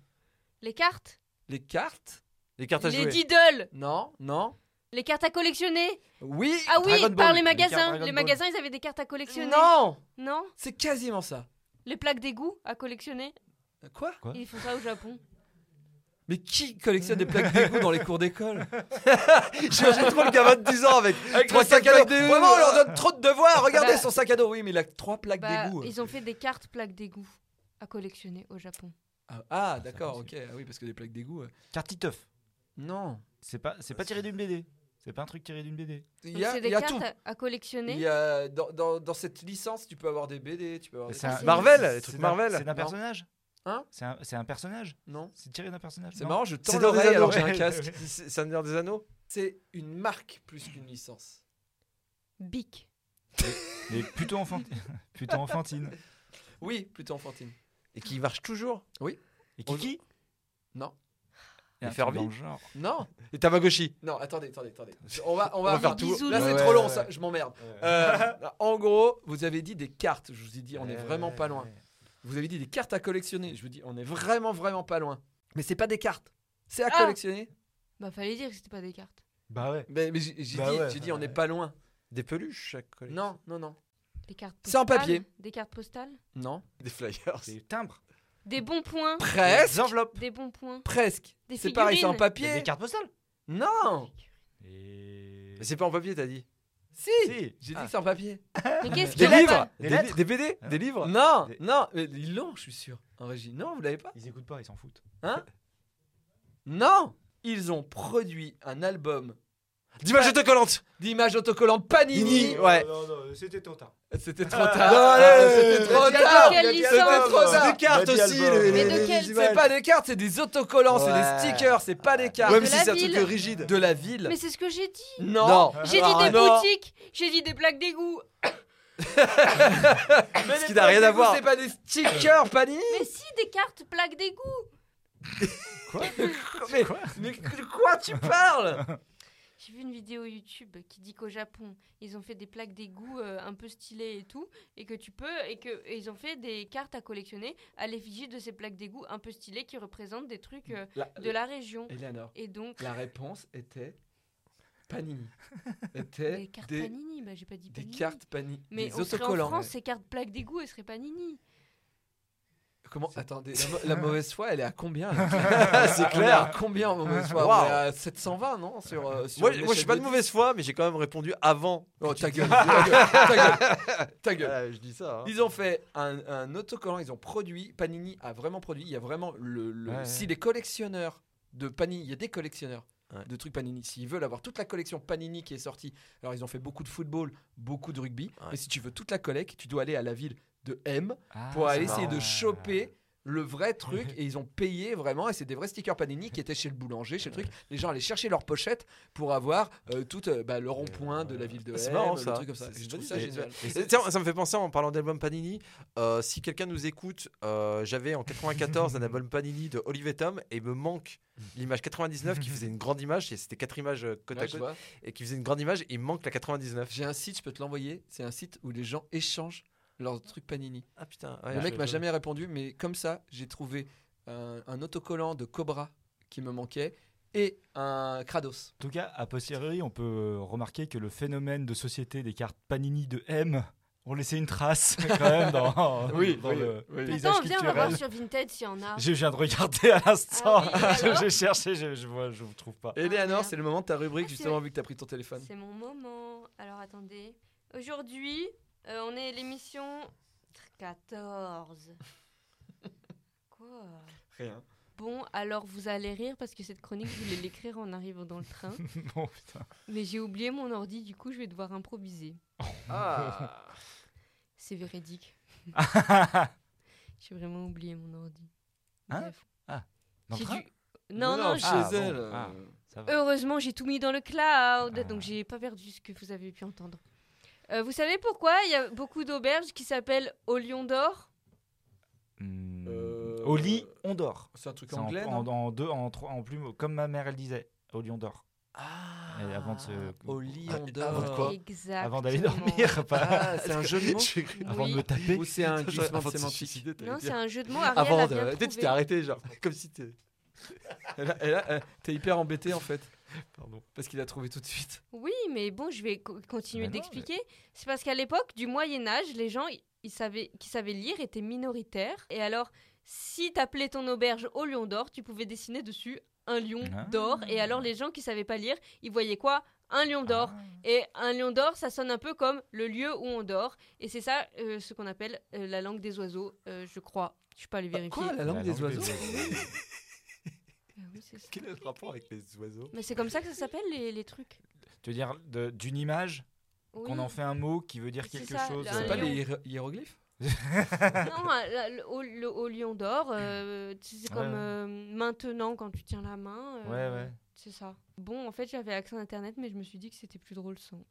Speaker 2: Les cartes.
Speaker 1: Les cartes
Speaker 4: Les cartes à
Speaker 2: Les
Speaker 4: jouer.
Speaker 2: Diddle.
Speaker 1: Non, non.
Speaker 2: Les cartes à collectionner.
Speaker 1: Oui
Speaker 2: Ah oui,
Speaker 3: Dragon
Speaker 2: par
Speaker 3: Ball.
Speaker 2: les
Speaker 3: Les cartes
Speaker 2: magasins.
Speaker 3: Dragon
Speaker 2: Les
Speaker 3: Ball.
Speaker 2: magasins, ils avaient des cartes à collectionner.
Speaker 1: Non
Speaker 2: Non
Speaker 1: C'est quasiment ça.
Speaker 2: Les plaques d'égout à collectionner.
Speaker 1: Quoi
Speaker 3: Quoi
Speaker 2: Ils font ça au Japon.
Speaker 1: Mais qui collectionne des plaques d'égout dans les cours d'école
Speaker 4: J'imagine trop le gamin de 10 ans avec
Speaker 1: Trois
Speaker 4: trois
Speaker 1: sacs
Speaker 4: sacs
Speaker 1: à dos.
Speaker 4: d'égout.
Speaker 1: Vraiment, on leur donne trop de devoirs. Regardez
Speaker 2: Bah-
Speaker 1: son sac à dos. Oui, mais il a que trois plaques
Speaker 2: Bah,
Speaker 1: d'égout. euh.
Speaker 2: ils ont fait des cartes plaques d'égout à collectionner au Japon.
Speaker 1: Ah, ah, d'accord, ok. Ah oui, parce que des plaques d'égout. euh,
Speaker 3: Carte Titeuf.
Speaker 1: Non.
Speaker 3: C'est pas, c'est pas tiré d'une BD. C'est pas un truc tiré d'une BD.
Speaker 1: Il
Speaker 2: Donc
Speaker 1: y a,
Speaker 2: c'est des
Speaker 1: il y a
Speaker 2: cartes
Speaker 1: tout.
Speaker 2: à, à
Speaker 1: Il
Speaker 2: collectionner.
Speaker 1: y a, dans, dans- dans cette licence, tu peux avoir des BD, tu peux avoir des...
Speaker 3: C'est un-
Speaker 4: Marvel,
Speaker 3: c'est-
Speaker 4: les trucs
Speaker 3: c'est d'un-
Speaker 4: Marvel.
Speaker 3: C'est d'un
Speaker 1: Non.
Speaker 3: personnage.
Speaker 1: Hein
Speaker 3: C'est un, c'est un personnage.
Speaker 1: Non
Speaker 3: C'est tiré d'un personnage.
Speaker 1: C'est
Speaker 3: Non.
Speaker 1: marrant, je tends
Speaker 4: C'est dans des
Speaker 1: l'oreille alors
Speaker 4: anneaux.
Speaker 1: j'ai un casque.
Speaker 4: C'est c'est un Seigneur des Anneaux
Speaker 1: C'est une marque plus qu'une licence.
Speaker 2: Bic.
Speaker 3: Mais plutôt enfantine. plutôt enfantine.
Speaker 1: Oui, plutôt enfantine.
Speaker 4: Et qui marche toujours.
Speaker 3: Et
Speaker 4: Kiki
Speaker 1: Non.
Speaker 3: Il y a
Speaker 4: Et
Speaker 3: un truc
Speaker 4: Furby
Speaker 3: dans le genre.
Speaker 1: Non
Speaker 4: Et Tamagotchi.
Speaker 1: Non, attendez, attendez, attendez. On va, on va,
Speaker 4: On va faire tout.
Speaker 2: Bisous,
Speaker 1: Là,
Speaker 2: non.
Speaker 1: c'est
Speaker 3: Ouais,
Speaker 1: trop long,
Speaker 3: ouais,
Speaker 1: ça.
Speaker 3: ouais.
Speaker 1: Je m'emmerde. Euh, en gros, vous avez dit des cartes. Je vous ai dit, on est
Speaker 3: Eh
Speaker 4: Ouais,
Speaker 1: vraiment
Speaker 4: ouais,
Speaker 1: pas loin.
Speaker 4: ouais.
Speaker 1: Vous avez dit des cartes à collectionner. Je vous dis, on est vraiment, vraiment pas loin. Mais c'est pas des cartes. C'est à
Speaker 2: Ah.
Speaker 1: collectionner.
Speaker 2: Bah fallait dire que c'était pas des cartes.
Speaker 3: Bah ouais.
Speaker 1: Mais, mais j'ai j'ai
Speaker 3: Bah
Speaker 1: dit,
Speaker 3: ouais,
Speaker 1: j'ai dit,
Speaker 3: ouais,
Speaker 1: on n'est
Speaker 3: ouais.
Speaker 1: pas loin.
Speaker 4: Des peluches à coller.
Speaker 1: Non, non, non.
Speaker 2: Des cartes
Speaker 1: C'est en
Speaker 2: postales,
Speaker 1: papier.
Speaker 2: Des cartes postales.
Speaker 1: Non.
Speaker 4: Des flyers.
Speaker 3: Des timbres.
Speaker 2: Des bons points.
Speaker 1: Presque.
Speaker 3: Des enveloppes.
Speaker 2: Des bons points.
Speaker 1: Presque.
Speaker 2: Des
Speaker 1: C'est pareil, c'est en
Speaker 2: figurines.
Speaker 1: papier.
Speaker 3: Des cartes postales.
Speaker 1: Non.
Speaker 3: Et...
Speaker 4: Mais c'est pas en papier, t'as dit.
Speaker 1: Si.
Speaker 3: Si.
Speaker 1: J'ai dit
Speaker 4: Ah.
Speaker 1: que c'est en papier.
Speaker 2: Mais qu'est-ce
Speaker 4: Des
Speaker 2: qu'il y a
Speaker 4: livres
Speaker 2: pas
Speaker 3: Des
Speaker 4: Des li-
Speaker 3: lettres
Speaker 4: Des BD Des livres
Speaker 1: Non,
Speaker 3: Des-
Speaker 1: non. mais Ils l'ont, je suis sûr. En régie. Non, vous l'avez pas
Speaker 3: Ils écoutent pas, ils s'en foutent.
Speaker 1: Non. Ils ont produit un album
Speaker 2: Bah,
Speaker 4: D'images autocollantes
Speaker 1: d'images autocollantes Panini.
Speaker 4: Panini, Ah. ouais.
Speaker 3: Non, non, c'était trop tard.
Speaker 1: C'était trop tard.
Speaker 4: Non, allez.
Speaker 1: C'était trop
Speaker 2: Il a dit
Speaker 1: tard.
Speaker 2: quelle
Speaker 1: C'était
Speaker 2: licence
Speaker 1: trop tard.
Speaker 4: Des cartes
Speaker 3: Des
Speaker 4: aussi
Speaker 3: albums.
Speaker 4: les-
Speaker 2: Mais
Speaker 4: les-
Speaker 2: de
Speaker 4: les
Speaker 2: quel-
Speaker 4: images.
Speaker 1: C'est pas des cartes, c'est des autocollants,
Speaker 4: Ouais.
Speaker 1: c'est des stickers, c'est pas des cartes.
Speaker 4: Même
Speaker 2: De
Speaker 4: si
Speaker 2: la
Speaker 4: c'est un truc euh,
Speaker 2: ville.
Speaker 4: rigide.
Speaker 1: De la ville.
Speaker 2: Mais c'est ce que j'ai dit.
Speaker 1: Non.
Speaker 4: Non.
Speaker 2: J'ai dit
Speaker 1: Ah,
Speaker 2: des
Speaker 1: non.
Speaker 2: boutiques. J'ai dit des plaques d'égout.
Speaker 1: Mais les
Speaker 4: qui n'a rien
Speaker 1: plaques
Speaker 4: à
Speaker 1: d'égout,
Speaker 4: voir.
Speaker 1: C'est pas des stickers, Panini.
Speaker 2: Mais si des cartes plaques d'égout.
Speaker 3: Quoi
Speaker 1: Mais, mais de quoi tu parles
Speaker 2: J'ai vu une vidéo YouTube qui dit qu'au Japon, ils ont fait des plaques d'égout euh, un peu stylées et tout, et que tu peux, et que et ils ont fait des cartes à collectionner à l'effigie de ces plaques d'égout un peu stylées qui représentent des trucs euh,
Speaker 1: La-
Speaker 2: de la région.
Speaker 1: Eleanor,
Speaker 2: Et donc,
Speaker 1: la réponse était Panini. était
Speaker 2: des cartes
Speaker 1: Eh, des,
Speaker 2: Panini, bah j'ai pas dit
Speaker 1: des
Speaker 2: Panini.
Speaker 1: cartes Panini.
Speaker 2: Mais
Speaker 1: des
Speaker 2: on serait en
Speaker 1: autocollants.
Speaker 2: France, ces cartes plaques d'égout, elles seraient Panini.
Speaker 1: Comment Attendez, la, mo- la mauvaise foi, elle est à combien là C'est clair. à combien en mauvaise foi
Speaker 4: Waouh.
Speaker 1: On est à 720, non sur, euh, sur
Speaker 4: Moi,
Speaker 1: une
Speaker 4: moi, je suis
Speaker 1: échelle
Speaker 4: pas de mauvaise foi, mais j'ai quand même répondu avant.
Speaker 1: Oh, ta gueule, ta gueule, ta gueule, ta gueule.
Speaker 4: Voilà, je dis ça. hein.
Speaker 1: Ils ont fait un, un autocollant, ils ont produit, Panini a vraiment produit, il y a vraiment le... le-
Speaker 4: Ouais,
Speaker 1: si
Speaker 4: ouais.
Speaker 1: les collectionneurs de Panini, il y a des collectionneurs
Speaker 4: Ouais.
Speaker 1: de trucs Panini, s'ils veulent avoir toute la collection Panini qui est sortie, alors ils ont fait beaucoup de football, beaucoup de rugby,
Speaker 4: Ouais.
Speaker 1: mais si tu veux toute la collecte, tu dois aller à la ville de M
Speaker 3: Ah,
Speaker 1: pour aller
Speaker 4: c'est
Speaker 1: essayer de
Speaker 3: marrant.
Speaker 1: choper le vrai truc et ils ont payé vraiment et c'est des vrais stickers Panini qui étaient chez le boulanger chez le truc les gens allaient chercher leurs pochettes pour avoir euh, tout euh, bah, le rond-point de la ville de
Speaker 4: Euh, C'est
Speaker 1: M,
Speaker 4: marrant,
Speaker 1: le
Speaker 4: ça.
Speaker 1: truc comme ça
Speaker 4: C'est-
Speaker 1: Et je
Speaker 4: c'est
Speaker 1: trouve
Speaker 4: une
Speaker 1: ça
Speaker 4: bonne idée.
Speaker 1: génial
Speaker 4: Et tiens, ça me fait penser en parlant d'album Panini. euh, si quelqu'un nous écoute, euh, j'avais en 94 un album Panini de Olivier Tom et me manque l'image 99 qui faisait une grande image. et C'était quatre images euh, côte
Speaker 1: Ouais,
Speaker 4: à
Speaker 1: tu
Speaker 4: côte
Speaker 1: vois.
Speaker 4: et qui faisait une grande image. Et il me manque la 99.
Speaker 1: j'ai un site je peux te l'envoyer c'est un site où les gens échangent leurs trucs Panini
Speaker 4: Ah putain. ouais,
Speaker 1: le
Speaker 4: je-
Speaker 1: mec m'a
Speaker 4: je-
Speaker 1: jamais répondu mais comme ça j'ai trouvé un, un autocollant de Cobra qui me manquait et un Kratos
Speaker 3: En tout cas, a posteriori, on peut euh, remarquer que le phénomène de société des cartes Panini de M ont laissé une trace quand même dans,
Speaker 1: Oui,
Speaker 3: dans
Speaker 1: oui,
Speaker 3: le
Speaker 1: oui.
Speaker 3: paysage
Speaker 2: Attends, viens, on va voir
Speaker 3: culturel.
Speaker 2: sur Vinted s'il y en a.
Speaker 3: Je viens de regarder à l'instant.
Speaker 2: Ah oui, alors
Speaker 3: J'ai cherché, je, je vois, je vous trouve pas.
Speaker 1: et Léanor
Speaker 2: merde.
Speaker 1: c'est le moment de ta rubrique
Speaker 2: Ah, c'est
Speaker 1: justement
Speaker 2: vrai.
Speaker 1: vu que t'as pris ton téléphone
Speaker 2: C'est mon moment. Alors attendez. Aujourd'hui, euh, on est l'émission 14. Quoi
Speaker 1: rien
Speaker 2: Bon, alors vous allez rire parce que cette chronique, je voulais l'écrire en arrivant dans le train.
Speaker 3: Bon, putain.
Speaker 2: Mais j'ai oublié mon ordi, du coup, je vais devoir improviser.
Speaker 1: ah
Speaker 2: C'est véridique.
Speaker 3: Dans
Speaker 2: J'ai vraiment oublié mon ordi.
Speaker 3: Hein
Speaker 2: Bref.
Speaker 3: le
Speaker 2: J'ai
Speaker 3: train
Speaker 2: dû- Non, non,
Speaker 1: chez
Speaker 2: j'ai-
Speaker 3: Ah, bon.
Speaker 1: elle.
Speaker 3: Ah.
Speaker 1: euh,
Speaker 3: Ça va.
Speaker 2: heureusement, j'ai tout mis dans le cloud,
Speaker 3: Ah.
Speaker 2: donc j'ai pas perdu ce que vous avez pu entendre. Euh, vous savez pourquoi il y a beaucoup d'auberges qui s'appellent au Lion d'Or
Speaker 3: Hmm.
Speaker 1: Euh,
Speaker 3: Au lit, on dort.
Speaker 1: C'est un truc
Speaker 3: C'est en,
Speaker 1: anglais,
Speaker 3: en-
Speaker 1: non
Speaker 3: en deux, en trois, en plume, comme ma mère elle disait, au lion d'or.
Speaker 1: Ah,
Speaker 3: Et avant de se-
Speaker 1: Au lit, on
Speaker 4: Ah, avant de quoi
Speaker 1: dort.
Speaker 2: Exactement.
Speaker 3: Avant d'aller dormir, pas
Speaker 1: Ah, c'est un jeu de mots
Speaker 4: J'ai cru-
Speaker 3: avant
Speaker 2: Oui.
Speaker 3: de me taper.
Speaker 1: Ou c'est un
Speaker 4: J'aurais-
Speaker 1: glissement
Speaker 4: avant de se
Speaker 1: sémantique
Speaker 4: suicider, t'allais
Speaker 2: Non,
Speaker 4: dire.
Speaker 2: c'est un jeu de mots. Ariel
Speaker 4: Avant
Speaker 2: a
Speaker 4: de.
Speaker 2: bien
Speaker 4: tu sais, Tu
Speaker 2: trouvé.
Speaker 4: t'es arrêté, genre. Comme si t'es.
Speaker 1: Et là, et là, euh, t'es hyper embêté en fait,
Speaker 4: Pardon.
Speaker 1: parce qu'il a trouvé tout de suite.
Speaker 2: Oui, mais bon, je vais co- continuer
Speaker 3: Mais Ah non, mais-
Speaker 2: d'expliquer. C'est parce qu'à l'époque du Moyen Âge, les gens i- ils savaient, qui savaient lire étaient minoritaires. Et alors, si t'appelais ton auberge au lion d'or, tu pouvais dessiner dessus un lion
Speaker 3: Ah.
Speaker 2: d'or. Et alors, les gens qui savaient pas lire, ils voyaient quoi Un lion d'or.
Speaker 1: Ah.
Speaker 2: Et un lion d'or, ça sonne un peu comme le lieu où on dort. Et c'est ça euh, ce qu'on appelle euh, la langue des oiseaux, euh, je crois. Je suis pas allée vérifier.
Speaker 1: Bah, Quoi, la langue des oiseaux
Speaker 2: Euh,
Speaker 3: Ah
Speaker 2: oui, c'est ça.
Speaker 4: Quel est le rapport avec les oiseaux
Speaker 2: Mais c'est comme ça que ça s'appelle les, les trucs.
Speaker 3: Tu veux dire de- d'une image qu'on
Speaker 2: Oui.
Speaker 3: en fait un mot qui veut dire
Speaker 2: C'est
Speaker 3: quelque
Speaker 2: ça,
Speaker 3: chose.
Speaker 2: le-
Speaker 3: euh,
Speaker 1: C'est pas
Speaker 2: lion.
Speaker 1: des hiéro- hiéroglyphes
Speaker 2: Non, euh, la- le, au, le- au lion d'or, euh, tu sais, c'est
Speaker 3: Ouais,
Speaker 2: comme
Speaker 3: ouais.
Speaker 2: euh, maintenant quand tu tiens la main.
Speaker 3: Ouais,
Speaker 2: euh,
Speaker 3: ouais.
Speaker 2: C'est ça. Bon, en fait, j'avais accès à Internet, mais je me suis dit que c'était plus drôle sans.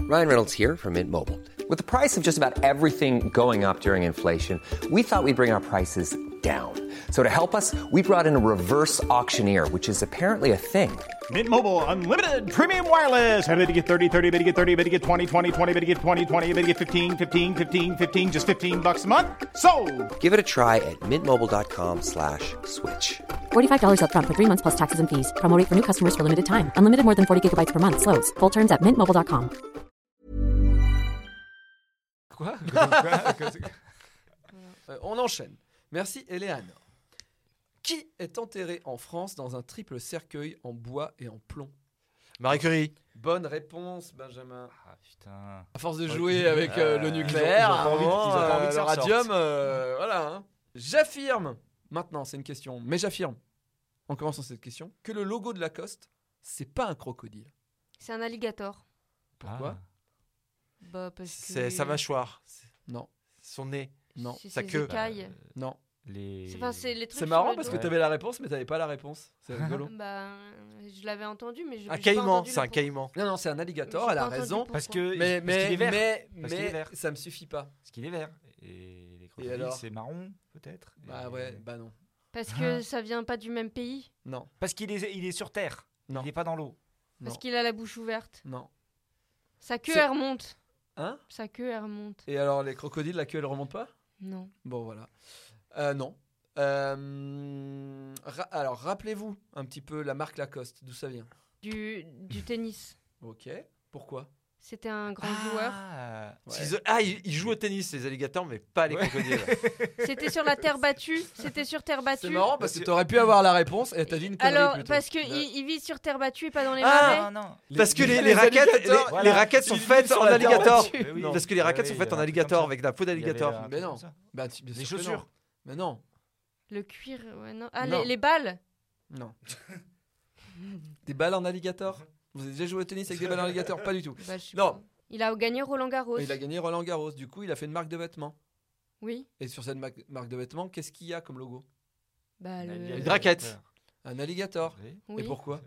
Speaker 5: Ryan Reynolds here from Mint Mobile. With the price of just about everything going up during inflation, we thought we'd bring our prices down. So to help us, we brought in a reverse auctioneer, which is apparently a thing.
Speaker 6: Mint Mobile unlimited premium wireless. Ready to get 30, 30, bit to get 30, bit to get 20, 20, 20, bit to get 20, 20, bit to get 15, 15, 15, 15 just 15 bucks a month. Sold.
Speaker 5: Give it a try at mintmobile.com slash switch.
Speaker 7: $45 upfront for three months plus taxes and fees. Promo rate for new customers for limited time. Unlimited more than 40 gigabytes per month. Slows. Full terms at mintmobile.com.
Speaker 1: Quoi Euh, On enchaîne. Merci Eleanor. Qui est enterré en France dans un triple cercueil en bois et en plomb
Speaker 4: Marie Curie.
Speaker 1: Bonne réponse, Benjamin.
Speaker 3: Ah putain.
Speaker 1: À force de
Speaker 3: Ouais.
Speaker 1: jouer avec euh,
Speaker 3: Euh,
Speaker 1: le
Speaker 3: ils ont-
Speaker 1: nucléaire,
Speaker 3: ils ont
Speaker 1: à
Speaker 3: pas
Speaker 1: un
Speaker 3: envie-
Speaker 1: moment,
Speaker 3: ils ont pas envie
Speaker 1: euh,
Speaker 3: que
Speaker 1: le
Speaker 3: ça ressorte.
Speaker 1: radium, euh, voilà. hein. J'affirme, maintenant c'est une question, mais j'affirme, en commençant cette question, que le logo de Lacoste, c'est pas un crocodile.
Speaker 2: C'est un alligator.
Speaker 1: Pourquoi
Speaker 3: Ah.
Speaker 2: Bah, parce que.
Speaker 4: C'est sa mâchoire.
Speaker 1: Non,
Speaker 4: Son nez.
Speaker 1: non,
Speaker 2: C'est
Speaker 4: sa
Speaker 2: ses
Speaker 4: queue.
Speaker 2: écailles.
Speaker 1: non.
Speaker 3: Ah, bah, euh, Les.
Speaker 2: C'est- enfin, c'est les trucs
Speaker 1: C'est
Speaker 2: sur
Speaker 1: marrant
Speaker 2: le
Speaker 1: parce que
Speaker 2: dos.
Speaker 3: Ouais.
Speaker 1: t'avais la réponse, mais t'avais pas la réponse. C'est rigolo.
Speaker 2: Bah, euh, je l'avais entendu, mais je.
Speaker 4: Un
Speaker 2: j'ai pas
Speaker 4: caïman.
Speaker 2: entendu
Speaker 4: C'est
Speaker 2: le
Speaker 4: un
Speaker 2: pour-
Speaker 4: caïman.
Speaker 1: Non, non, c'est un
Speaker 2: J'ai
Speaker 1: alligator,
Speaker 2: pas
Speaker 1: elle a
Speaker 2: entendu
Speaker 3: raison.
Speaker 2: pourquoi.
Speaker 3: Parce que
Speaker 1: Mais,
Speaker 3: parce qu'il
Speaker 1: mais,
Speaker 3: est vert.
Speaker 1: mais,
Speaker 3: Parce qu'il est
Speaker 1: mais
Speaker 3: vert.
Speaker 1: ça me suffit pas.
Speaker 3: Parce qu'il est vert. Et les crocodiles,
Speaker 1: alors
Speaker 3: c'est marron peut-être.
Speaker 1: Bah
Speaker 3: Et-
Speaker 1: ouais, bah non.
Speaker 2: Parce
Speaker 3: Ah.
Speaker 2: que ça vient pas du même pays.
Speaker 1: Non,
Speaker 3: Parce qu'il est, il est sur terre.
Speaker 1: Non.
Speaker 3: Il n'est pas dans l'eau.
Speaker 2: Parce
Speaker 1: Non.
Speaker 2: qu'il a la bouche ouverte.
Speaker 1: non.
Speaker 2: Sa queue,
Speaker 1: C'est-
Speaker 2: elle remonte.
Speaker 1: Hein
Speaker 2: Sa queue, elle remonte.
Speaker 1: Et alors, les crocodiles, la queue, elle remonte pas
Speaker 2: Non.
Speaker 1: Bon, voilà. Euh, non. Euh, ra- alors, rappelez-vous un petit peu la marque Lacoste, d'où ça vient.
Speaker 2: Du, du tennis.
Speaker 1: Ok. Pourquoi
Speaker 2: C'était un grand
Speaker 1: Ah.
Speaker 2: joueur.
Speaker 4: Parce qu'ils- Ah, ils, ils jouent au tennis, les alligators, mais pas les crocodiles.
Speaker 2: C'était sur la terre battue. C'était sur terre
Speaker 1: C'est
Speaker 2: battue.
Speaker 1: marrant parce que t'aurais pu avoir la réponse et t'as dit une connerie
Speaker 2: Alors,
Speaker 1: plutôt.
Speaker 2: parce que
Speaker 1: Euh,
Speaker 2: il, il vit sur terre battue et pas dans les
Speaker 4: Ah,
Speaker 2: marais.
Speaker 3: non, non.
Speaker 4: Parce que les, les
Speaker 1: les
Speaker 4: raquettes, les,
Speaker 1: alligators,
Speaker 4: les
Speaker 3: voilà.
Speaker 4: raquettes sont
Speaker 1: Ils
Speaker 4: faites
Speaker 1: vivent sur
Speaker 4: en
Speaker 1: la terre
Speaker 4: alligator.
Speaker 1: battue.
Speaker 3: Mais oui.
Speaker 4: Parce que les raquettes
Speaker 3: Oui,
Speaker 4: sont
Speaker 3: il y
Speaker 4: faites
Speaker 3: a un truc
Speaker 4: en
Speaker 3: comme
Speaker 4: alligator
Speaker 3: ça.
Speaker 4: avec de la peau
Speaker 3: Il y avait
Speaker 4: d'alligator.
Speaker 3: un truc
Speaker 1: Mais non.
Speaker 3: comme ça.
Speaker 1: bah, tu- bien
Speaker 3: Les
Speaker 1: sûr que non.
Speaker 3: chaussures.
Speaker 1: Mais non.
Speaker 2: Le cuir, ouais, non. Ah,
Speaker 1: Non.
Speaker 2: Les, les balles.
Speaker 1: Non. des balles en alligator Vous avez déjà joué au tennis avec des balles en alligator Pas du tout.
Speaker 2: Bah, je sais
Speaker 1: Non.
Speaker 2: pas. Il a gagné Roland Garros.
Speaker 1: Et Il a gagné Roland Garros. Du coup, il a fait une marque de vêtements.
Speaker 2: Oui.
Speaker 1: Et sur cette ma- marque de vêtements, qu'est-ce qu'il y a comme logo
Speaker 2: Bah, le...
Speaker 3: Il y a
Speaker 4: Une raquette.
Speaker 1: Un alligator.
Speaker 3: Oui.
Speaker 2: Oui.
Speaker 1: Et pourquoi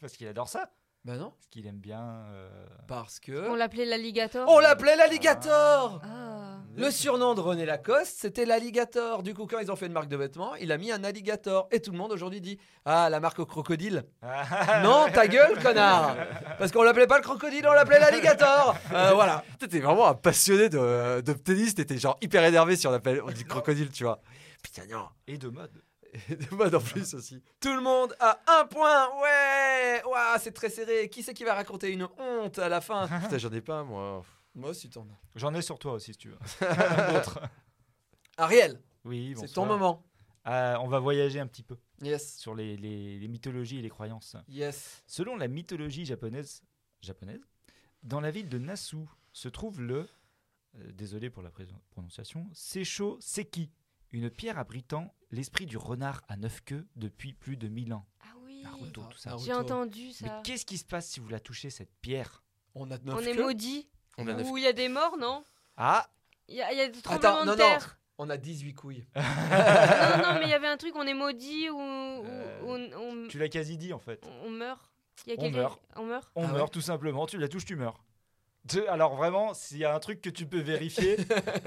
Speaker 3: Parce qu'il adore ça.
Speaker 1: Bah non.
Speaker 3: Parce qu'il aime bien. euh,
Speaker 1: Parce
Speaker 2: On
Speaker 1: que.
Speaker 2: l'appelait l'alligator.
Speaker 1: On l'appelait l'alligator
Speaker 2: Ah.
Speaker 1: Le surnom de René Lacoste, c'était l'alligator. Du coup, quand ils ont fait une marque de vêtements, il a mis un alligator. Et tout le monde aujourd'hui dit Ah, la marque au crocodile
Speaker 3: Ah.
Speaker 1: Non, ta gueule, connard Parce qu'on l'appelait pas le crocodile, on l'appelait l'alligator Euh, Voilà.
Speaker 4: Putain, T'es vraiment un passionné de, de tennis, t'étais genre hyper énervé si on, appelle, on dit crocodile, tu vois. Putain, non.
Speaker 3: Et de mode.
Speaker 4: Et de mode en plus aussi.
Speaker 1: Tout le monde a un point Ouais Ouah, c'est très serré. Qui c'est qui va raconter une honte à la fin
Speaker 4: Putain, j'en ai pas, moi.
Speaker 1: Moi aussi, t'en as.
Speaker 3: J'en ai sur toi aussi, si tu veux.
Speaker 1: Ariel,
Speaker 3: Oui,
Speaker 1: c'est ton
Speaker 3: bonsoir.
Speaker 1: moment.
Speaker 3: Euh, on va voyager un petit peu
Speaker 1: Yes.
Speaker 3: sur les, les- les mythologies et les croyances.
Speaker 1: Yes.
Speaker 3: Selon la mythologie japonaise, japonaise dans la ville de Nassau se trouve le, euh, désolé pour la pré- prononciation, Seisho Seki, une pierre abritant l'esprit du renard à neuf queues depuis plus de 1000 ans.
Speaker 2: Ah oui.
Speaker 3: Naruto, tout ça.
Speaker 1: Naruto.
Speaker 2: J'ai entendu
Speaker 3: Mais
Speaker 2: ça.
Speaker 3: qu'est-ce qui se passe si vous la touchez, cette pierre
Speaker 1: On a neuf
Speaker 2: On est
Speaker 1: queues.
Speaker 2: maudit.
Speaker 4: On a neuf-
Speaker 2: Où il y a des morts, non
Speaker 4: Ah,
Speaker 2: Il y, a- il y a des tremblements
Speaker 1: Attends,
Speaker 2: de
Speaker 1: non, non.
Speaker 2: terre.
Speaker 1: On a 18 couilles.
Speaker 2: Non. non, non, mais il y avait un truc, on est maudit ou, ou-
Speaker 3: Euh,
Speaker 2: on, on-
Speaker 3: Tu l'as quasi dit en fait.
Speaker 2: on meurt. Il y a
Speaker 3: On
Speaker 2: quelqu'un-
Speaker 3: meurt.
Speaker 2: On meurt.
Speaker 3: On
Speaker 1: Ah
Speaker 3: meurt
Speaker 1: ouais
Speaker 3: tout simplement, tu la touches, tu meurs. Tu- Alors vraiment, s'il y a un truc que tu peux vérifier,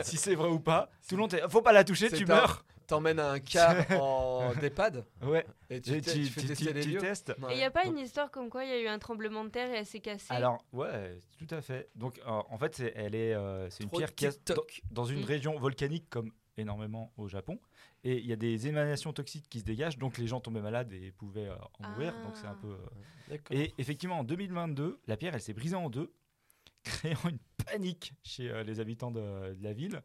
Speaker 3: si c'est vrai ou pas, tout le monde, est- faut pas la toucher,
Speaker 1: C'est
Speaker 3: tu
Speaker 1: un-
Speaker 3: meurs.
Speaker 1: T'emmènes un car en d'EHPAD
Speaker 3: Ouais,
Speaker 1: et tu, te- tu fais tester les lieux.
Speaker 3: testes.
Speaker 2: Et il n'y a pas une histoire comme quoi il y a eu un tremblement de terre et elle s'est cassée
Speaker 3: Alors, ouais, tout à fait. Donc, euh, en fait, c'est- elle est, euh, c'est une
Speaker 1: Trop
Speaker 3: pierre qui est dans,
Speaker 1: TikTok.
Speaker 3: dans une
Speaker 2: Mm.
Speaker 3: région volcanique comme énormément au Japon. Et il y a des émanations toxiques qui se dégagent, donc les gens tombaient malades et pouvaient euh, en mourir. Donc, c'est un
Speaker 2: Ah.
Speaker 3: peu. euh,
Speaker 1: D'accord.
Speaker 3: Et effectivement, en 2022, la pierre, elle s'est brisée en deux, créant une panique chez euh, les habitants de, de la ville,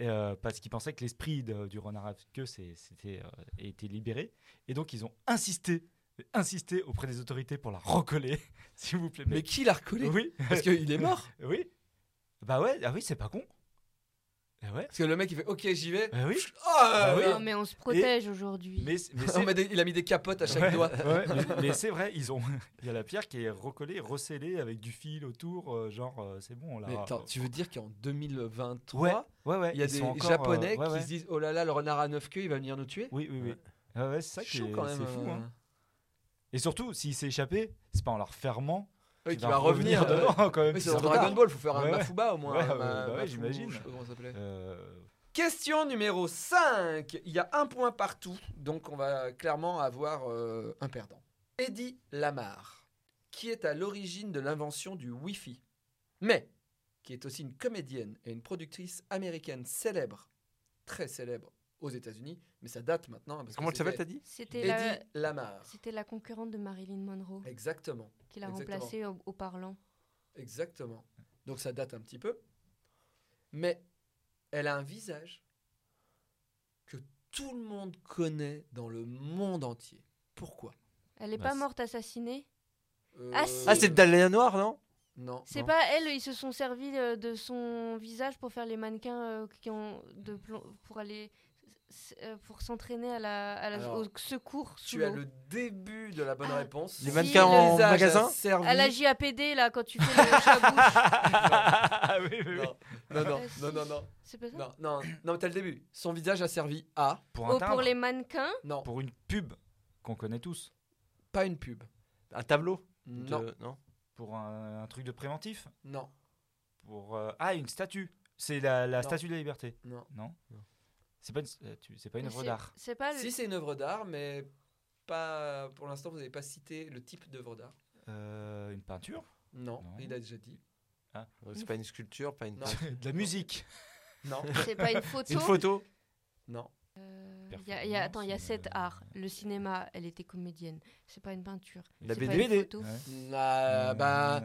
Speaker 3: et, euh, parce qu'ils pensaient que l'esprit de- du renard à queue s'est- s'était, euh, était libéré. Et donc, ils ont insisté, insisté auprès des autorités pour la recoller, s'il vous plaît.
Speaker 1: Mais qui l'a recollé
Speaker 3: oui,
Speaker 1: Parce qu'il est mort.
Speaker 3: oui. Bah ouais, ah oui, c'est pas con. Eh ouais.
Speaker 1: Parce que le mec il fait OK, j'y vais.
Speaker 3: Bah oui.
Speaker 1: Oh,
Speaker 3: oui.
Speaker 1: là.
Speaker 2: Non, mais on se protège aujourd'hui.
Speaker 3: Mais, c- mais
Speaker 1: On
Speaker 3: c'est
Speaker 1: met des- il a mis des capotes à chaque
Speaker 3: Ouais,
Speaker 1: doigt.
Speaker 3: ouais, mais, mais c'est vrai, ils ont. Il y a la pierre qui est recollée, recellée avec du fil autour, euh, genre euh, c'est bon là.
Speaker 1: Mais attends, tu veux dire qu'en 2023,
Speaker 3: Ouais, ouais, ouais.
Speaker 1: il y a
Speaker 3: ils
Speaker 1: des
Speaker 3: sont encore,
Speaker 1: Japonais
Speaker 3: euh, ouais,
Speaker 1: qui
Speaker 3: ouais.
Speaker 1: se disent Oh là là, le renard à neuf queues, il va venir nous tuer
Speaker 3: Oui, oui, oui.
Speaker 1: Ouais.
Speaker 3: Ouais, ouais, c'est ça qui
Speaker 1: chaud
Speaker 3: est,
Speaker 1: quand même.
Speaker 3: c'est fou.
Speaker 1: euh.
Speaker 3: hein. Et surtout, s'il s'est échappé, c'est pas en la refermant
Speaker 1: Oui,
Speaker 3: qu'il
Speaker 1: qui va revenir. euh,
Speaker 3: dedans quand même.
Speaker 1: oui, c'est
Speaker 3: c'est
Speaker 1: dans
Speaker 3: trop
Speaker 1: Dragon
Speaker 3: tard.
Speaker 1: Ball, faut faire un
Speaker 3: Ouais, ouais.
Speaker 1: Mafuba au moins.
Speaker 3: Ouais,
Speaker 1: un
Speaker 3: ouais,
Speaker 1: ma-
Speaker 3: bah ouais,
Speaker 1: Mafu-
Speaker 3: j'imagine.
Speaker 1: je sais pas comment ça s'appelait.
Speaker 3: Euh,
Speaker 1: Question numéro 5. Il y a un point partout, donc on va clairement avoir euh, un perdant. Eddie Lamar, qui est à l'origine de l'invention du Wi-Fi, mais qui est aussi une comédienne et une productrice américaine célèbre, très célèbre aux États-Unis, mais ça date maintenant. hein, parce que
Speaker 4: comment tu
Speaker 1: c'était
Speaker 4: s'appelles, t'as dit
Speaker 2: C'était
Speaker 1: Eddie
Speaker 2: la...
Speaker 1: Lamar.
Speaker 2: c'était la concurrente de Marilyn Monroe
Speaker 1: Exactement,
Speaker 2: qui l'a
Speaker 1: exactement.
Speaker 2: remplacée au, au parlant.
Speaker 1: exactement. Donc ça date un petit peu, mais elle a un visage que tout le monde connaît dans le monde entier. Pourquoi
Speaker 2: Elle n'est
Speaker 3: Bah,
Speaker 2: pas
Speaker 3: c'est-
Speaker 2: morte assassinée
Speaker 1: Euh,
Speaker 2: Ah, si.
Speaker 4: Ah, c'est le Dahlia Noir, non
Speaker 1: Non.
Speaker 2: C'est
Speaker 3: Non.
Speaker 2: pas elle, ils se sont servis euh, de son visage pour faire les mannequins euh, qui ont de plomb- pour aller s- euh, pour s'entraîner à la, à la-
Speaker 1: Alors,
Speaker 2: au secours sous
Speaker 1: Tu as
Speaker 2: l'eau.
Speaker 1: le début de la bonne
Speaker 2: Ah,
Speaker 1: réponse.
Speaker 4: Les
Speaker 2: Si,
Speaker 4: mannequins
Speaker 2: le
Speaker 4: en
Speaker 1: Visage
Speaker 4: magasin
Speaker 1: asservi.
Speaker 2: À la JAPD là quand tu fais le chat-bouche.
Speaker 3: Ah oui, oui, oui.
Speaker 1: Non, non, non,
Speaker 2: Ah, si.
Speaker 1: non, non, non,
Speaker 2: C'est pas ça
Speaker 1: non, non, non, mais t'as le début. Son visage a servi à.
Speaker 3: Pour un
Speaker 2: Oh, pour
Speaker 3: timbre,
Speaker 2: les mannequins
Speaker 1: Non,
Speaker 3: pour une pub qu'on connaît tous,
Speaker 1: pas une pub.
Speaker 4: Un tableau de-
Speaker 1: Non,
Speaker 3: pour un, un truc de préventif,
Speaker 1: non,
Speaker 3: pour euh, ah une statue. C'est la, la
Speaker 1: Non.
Speaker 3: statue de la liberté,
Speaker 1: non.
Speaker 3: non C'est pas une, euh, tu- c'est pas une
Speaker 2: Mais
Speaker 3: œuvre
Speaker 2: c'est-
Speaker 3: d'art.
Speaker 2: C'est pas Ah, le.
Speaker 1: Si c'est une œuvre d'art, mais pas pour l'instant, vous n'avez pas cité le type d'œuvre d'art.
Speaker 3: Euh, une peinture
Speaker 1: Non,
Speaker 3: Non.
Speaker 1: il a déjà dit.
Speaker 4: C'est pas une sculpture, pas une.
Speaker 1: Non,
Speaker 3: De la musique
Speaker 1: non,
Speaker 2: C'est pas une photo.
Speaker 4: Une photo
Speaker 1: non.
Speaker 2: Euh, y a- y a- attends, il y a
Speaker 3: Performance,
Speaker 2: sept
Speaker 3: euh,
Speaker 2: arts. Le cinéma, elle était comédienne. C'est pas une peinture.
Speaker 4: La
Speaker 2: C'est pas
Speaker 4: BD.
Speaker 2: une photo.
Speaker 3: Ouais.
Speaker 1: Ah, bah,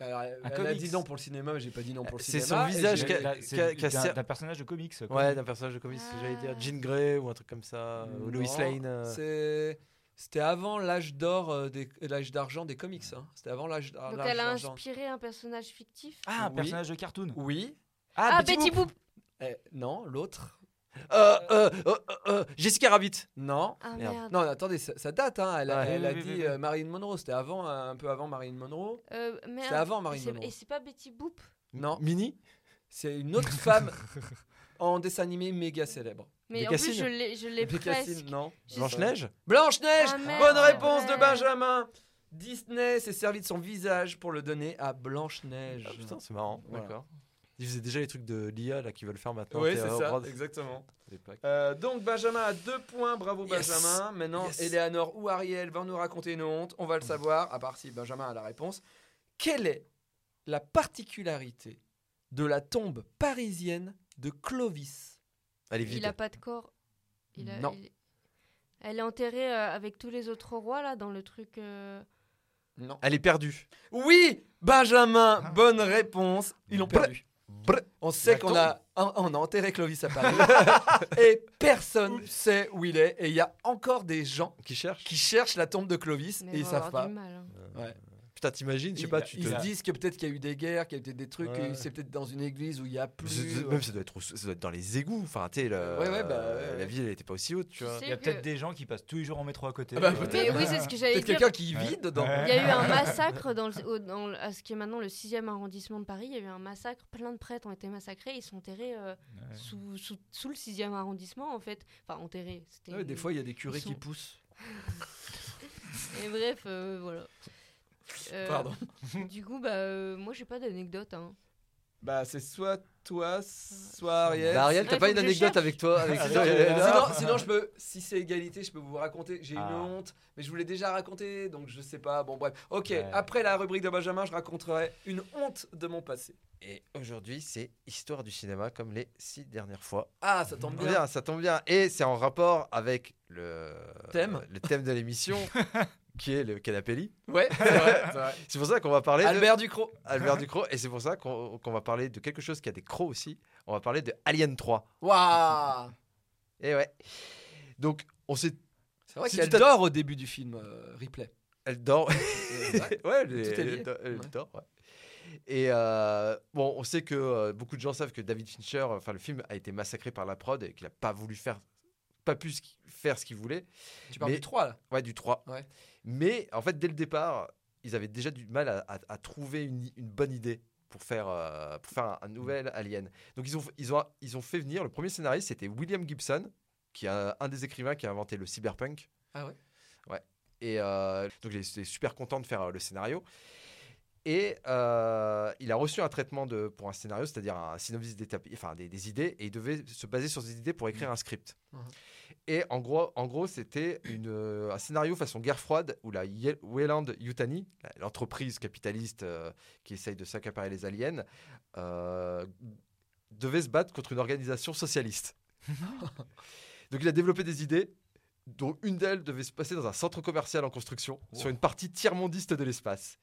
Speaker 3: Euh,
Speaker 1: alors, elle a
Speaker 3: comics.
Speaker 1: dit non pour le cinéma, mais j'ai pas dit non pour le
Speaker 4: C'est
Speaker 1: cinéma.
Speaker 4: son
Speaker 1: et
Speaker 4: visage
Speaker 1: j'ai-
Speaker 4: qu'a-
Speaker 3: là, c'est
Speaker 4: qu'a-
Speaker 3: du-
Speaker 4: qu'a-
Speaker 3: d'un d'un personnage de comics. quoi.
Speaker 4: Ouais, d'un personnage de comics, j'allais
Speaker 2: Ah.
Speaker 4: dire Jean Grey ou un truc comme ça, ou Louis
Speaker 1: Non,
Speaker 4: Lane. euh.
Speaker 1: c'est- C'était avant l'âge d'or, euh, des- l'âge d'argent des comics. hein. C'était avant l'âge d'ar-
Speaker 2: Donc
Speaker 1: l'âge
Speaker 2: elle a
Speaker 1: d'argent.
Speaker 2: inspiré un personnage fictif.
Speaker 3: Ah, un
Speaker 1: Oui.
Speaker 3: personnage de cartoon.
Speaker 1: Oui.
Speaker 2: Ah,
Speaker 4: Betty
Speaker 2: Betty Boop.
Speaker 1: Eh, non, l'autre.
Speaker 4: Euh, euh, euh, euh, euh, Jessica Rabbit.
Speaker 1: Non.
Speaker 2: Ah
Speaker 4: Merde.
Speaker 2: merde.
Speaker 1: Non, attendez, ça, ça date. hein. Elle, a-
Speaker 4: Ouais.
Speaker 1: elle a
Speaker 3: Oui, oui,
Speaker 1: dit
Speaker 3: oui, oui.
Speaker 1: euh, Marilyn Monroe. C'était avant, euh, un peu avant Marilyn Monroe.
Speaker 2: Euh, merde.
Speaker 1: C'était avant Marilyn
Speaker 2: Et c'est-
Speaker 1: Monroe.
Speaker 2: Et c'est pas Betty Boop.
Speaker 1: Non.
Speaker 4: Mini
Speaker 1: C'est une autre femme en dessin animé méga célèbre.
Speaker 2: Mais en
Speaker 4: Bécassine.
Speaker 2: plus, je l'ai, je l'ai presque.
Speaker 1: Bécassine, non.
Speaker 2: Je-
Speaker 4: Blanche-Neige
Speaker 1: Blanche-Neige
Speaker 2: Ah, merde,
Speaker 1: Bonne réponse
Speaker 2: ouais.
Speaker 1: de Benjamin Disney s'est servi de son visage pour le donner à Blanche-Neige.
Speaker 4: Ah, Putain, c'est marrant,
Speaker 1: Voilà.
Speaker 4: d'accord. Ils faisaient déjà les trucs de l'IA là qu'ils veulent faire maintenant.
Speaker 1: oui,
Speaker 4: t'es,
Speaker 1: c'est
Speaker 4: euh, au
Speaker 1: ça,
Speaker 4: bras de-
Speaker 1: exactement.
Speaker 4: des plaques.
Speaker 1: Euh, donc Benjamin a deux points, bravo
Speaker 4: Yes.
Speaker 1: Benjamin. Maintenant,
Speaker 4: Yes.
Speaker 1: Eleanor ou Ariel vont nous raconter une honte. On va le savoir, à part si Benjamin a la réponse. Quelle est la particularité de la tombe parisienne de Clovis
Speaker 4: Elle est
Speaker 2: Il a
Speaker 4: vide.
Speaker 2: pas de corps. Il a-
Speaker 1: Non.
Speaker 2: il- Elle est enterrée euh, avec tous les autres rois là dans le truc. euh,
Speaker 1: Non.
Speaker 4: Elle est perdue.
Speaker 1: Oui, Benjamin, bonne réponse. Ah. Ils l'ont
Speaker 4: Brr.
Speaker 1: perdu.
Speaker 4: Brr.
Speaker 1: On sait
Speaker 4: La
Speaker 1: qu'on a, on on a enterré Clovis à Paris et personne sait où il est. Et il y a encore des gens
Speaker 4: Qui cherche
Speaker 1: qui cherchent la tombe de Clovis
Speaker 2: Mais
Speaker 1: et ils
Speaker 2: on va
Speaker 1: savent
Speaker 2: avoir
Speaker 1: pas.
Speaker 2: du mal, hein.
Speaker 4: Putain, t'imagines, je sais
Speaker 1: Ils-
Speaker 4: pas, tu
Speaker 1: ils
Speaker 4: te.
Speaker 1: se disent que peut-être qu'il y a eu des guerres, qu'il y a eu peut-être des trucs,
Speaker 4: Ouais.
Speaker 1: et c'est peut-être dans une église où il y a
Speaker 4: Mais c'est-
Speaker 1: plus. euh,
Speaker 4: c'est- Même ça doit, être, au- ça doit être dans les égouts. Enfin, tu sais, le-
Speaker 1: Ouais, ouais, bah, ouais,
Speaker 4: la
Speaker 1: ouais.
Speaker 4: ville, elle était pas aussi haute, tu
Speaker 2: Tu
Speaker 4: vois.
Speaker 2: sais
Speaker 3: Il y a
Speaker 2: que-
Speaker 3: peut-être des gens qui passent tous les jours en métro à côté.
Speaker 1: Ah bah,
Speaker 3: Euh,
Speaker 1: peut-être.
Speaker 2: Mais oui, c'est ce que j'allais
Speaker 1: Peut-être
Speaker 2: dire.
Speaker 1: quelqu'un qui
Speaker 3: Ouais.
Speaker 1: vit dedans.
Speaker 3: Ouais.
Speaker 2: Il y a eu un massacre dans, le- au- dans le- à ce qui est maintenant le 6e arrondissement de Paris. Il y a eu un massacre, plein de prêtres ont été massacrés. Ils sont enterrés euh,
Speaker 3: Ouais.
Speaker 2: sous, sous, sous le 6e arrondissement, en fait. Enfin, enterrés. c'était-
Speaker 1: Ouais, des fois, il y a des curés
Speaker 2: Ils sont-
Speaker 1: qui poussent.
Speaker 2: Et bref, euh, voilà. Euh,
Speaker 1: Pardon.
Speaker 2: Du coup, bah, euh, moi, j'ai pas d'anecdote. hein.
Speaker 1: Bah, c'est soit toi, soit Ariel.
Speaker 4: Bah, Ariel,
Speaker 2: Ouais,
Speaker 4: t'as
Speaker 2: faut
Speaker 4: pas
Speaker 2: que
Speaker 4: une
Speaker 2: je
Speaker 4: anecdote
Speaker 2: cherche.
Speaker 4: avec toi
Speaker 1: Ah,
Speaker 4: avec
Speaker 3: Avec
Speaker 4: toi,
Speaker 3: Ariel.
Speaker 4: Eleanor
Speaker 1: Sinon, sinon, je peux, si c'est égalité, je peux vous raconter. J'ai
Speaker 3: Ah.
Speaker 1: une honte, mais je vous l'ai déjà raconté, donc je sais pas. Bon, bref. Ok,
Speaker 3: Ouais.
Speaker 1: après la rubrique de Benjamin, je raconterai une honte de mon passé.
Speaker 4: Et aujourd'hui, c'est histoire du cinéma comme les six dernières fois.
Speaker 1: Ah, ça tombe
Speaker 4: tombe
Speaker 1: bien.
Speaker 4: bien, ça tombe bien. Et c'est en rapport avec le
Speaker 1: Thème.
Speaker 4: euh, le thème de l'émission, qui est le canapé lit.
Speaker 1: Ouais, c'est vrai, c'est vrai.
Speaker 4: C'est pour ça qu'on va parler
Speaker 1: Albert Ducrot.
Speaker 4: de Albert Ducrot. Et c'est pour ça qu'on qu'on va parler de quelque chose qui a des crocs aussi. On va parler de Alien 3.
Speaker 1: Waouh
Speaker 4: Et ouais. Donc, on s'est.
Speaker 1: C'est vrai
Speaker 4: Si
Speaker 1: qu'elle
Speaker 4: tu t'as-
Speaker 1: dort au début du film, euh, Ripley.
Speaker 4: Elle dort.
Speaker 1: Euh, ouais.
Speaker 4: ouais, elle,
Speaker 1: Tout est
Speaker 4: elle-
Speaker 1: lié.
Speaker 4: elle dort- elle
Speaker 1: Ouais.
Speaker 4: dort, ouais. Et euh, bon, on sait que euh, beaucoup de gens savent que David Fincher, enfin le film a été massacré par la prod et qu'il a pas voulu faire, pas pu ce qui- faire ce qu'il voulait.
Speaker 1: Tu parles
Speaker 4: Mais-
Speaker 1: du 3 là.
Speaker 4: Ouais, du 3.
Speaker 1: Ouais.
Speaker 4: Mais en fait, dès le départ, ils avaient déjà du mal à, à- à trouver une, une bonne idée pour faire, euh, pour faire un, un nouvel Alien. Donc ils ont, ils, ont, ils ont fait venir, le premier scénariste, c'était William Gibson, qui est un, un des écrivains qui a inventé le cyberpunk.
Speaker 1: Ah ouais
Speaker 4: Et euh, donc il était super content de faire euh, le scénario. Et euh, il a reçu un traitement de, pour un scénario, c'est-à-dire un synopsis des, tapi- enfin, des, des idées, et il devait se baser sur ces idées pour écrire un script.
Speaker 1: Mhm.
Speaker 4: Et en gros, en gros c'était une, euh, un scénario façon guerre froide où la Ye- Weyland Yutani, la- l'entreprise capitaliste euh, qui essaye de s'accaparer les aliens, euh, devait se battre contre une organisation socialiste. Donc il a développé des idées dont une d'elles devait se passer dans un centre commercial en construction sur une partie tiers-mondiste de l'espace.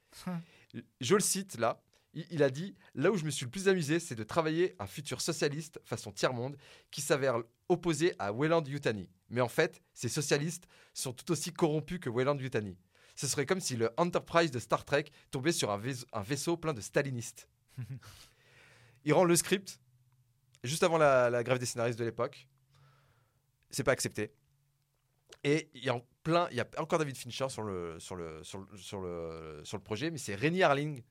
Speaker 4: Je le cite là. Il il a dit Là où je me suis le plus amusé, c'est de travailler un futur socialiste façon tiers-monde qui s'avère opposé à Weyland Yutani. Mais en fait, ces socialistes sont tout aussi corrompus que Weyland Yutani. Ce serait comme si le Enterprise de Star Trek tombait sur un, vais- un vaisseau plein de stalinistes. Il rend le script juste avant la, la grève des scénaristes de l'époque. C'est pas accepté. Et il y a en plein, il y a encore David Fincher sur le sur le sur le sur le, sur le projet, mais c'est Rémi Harling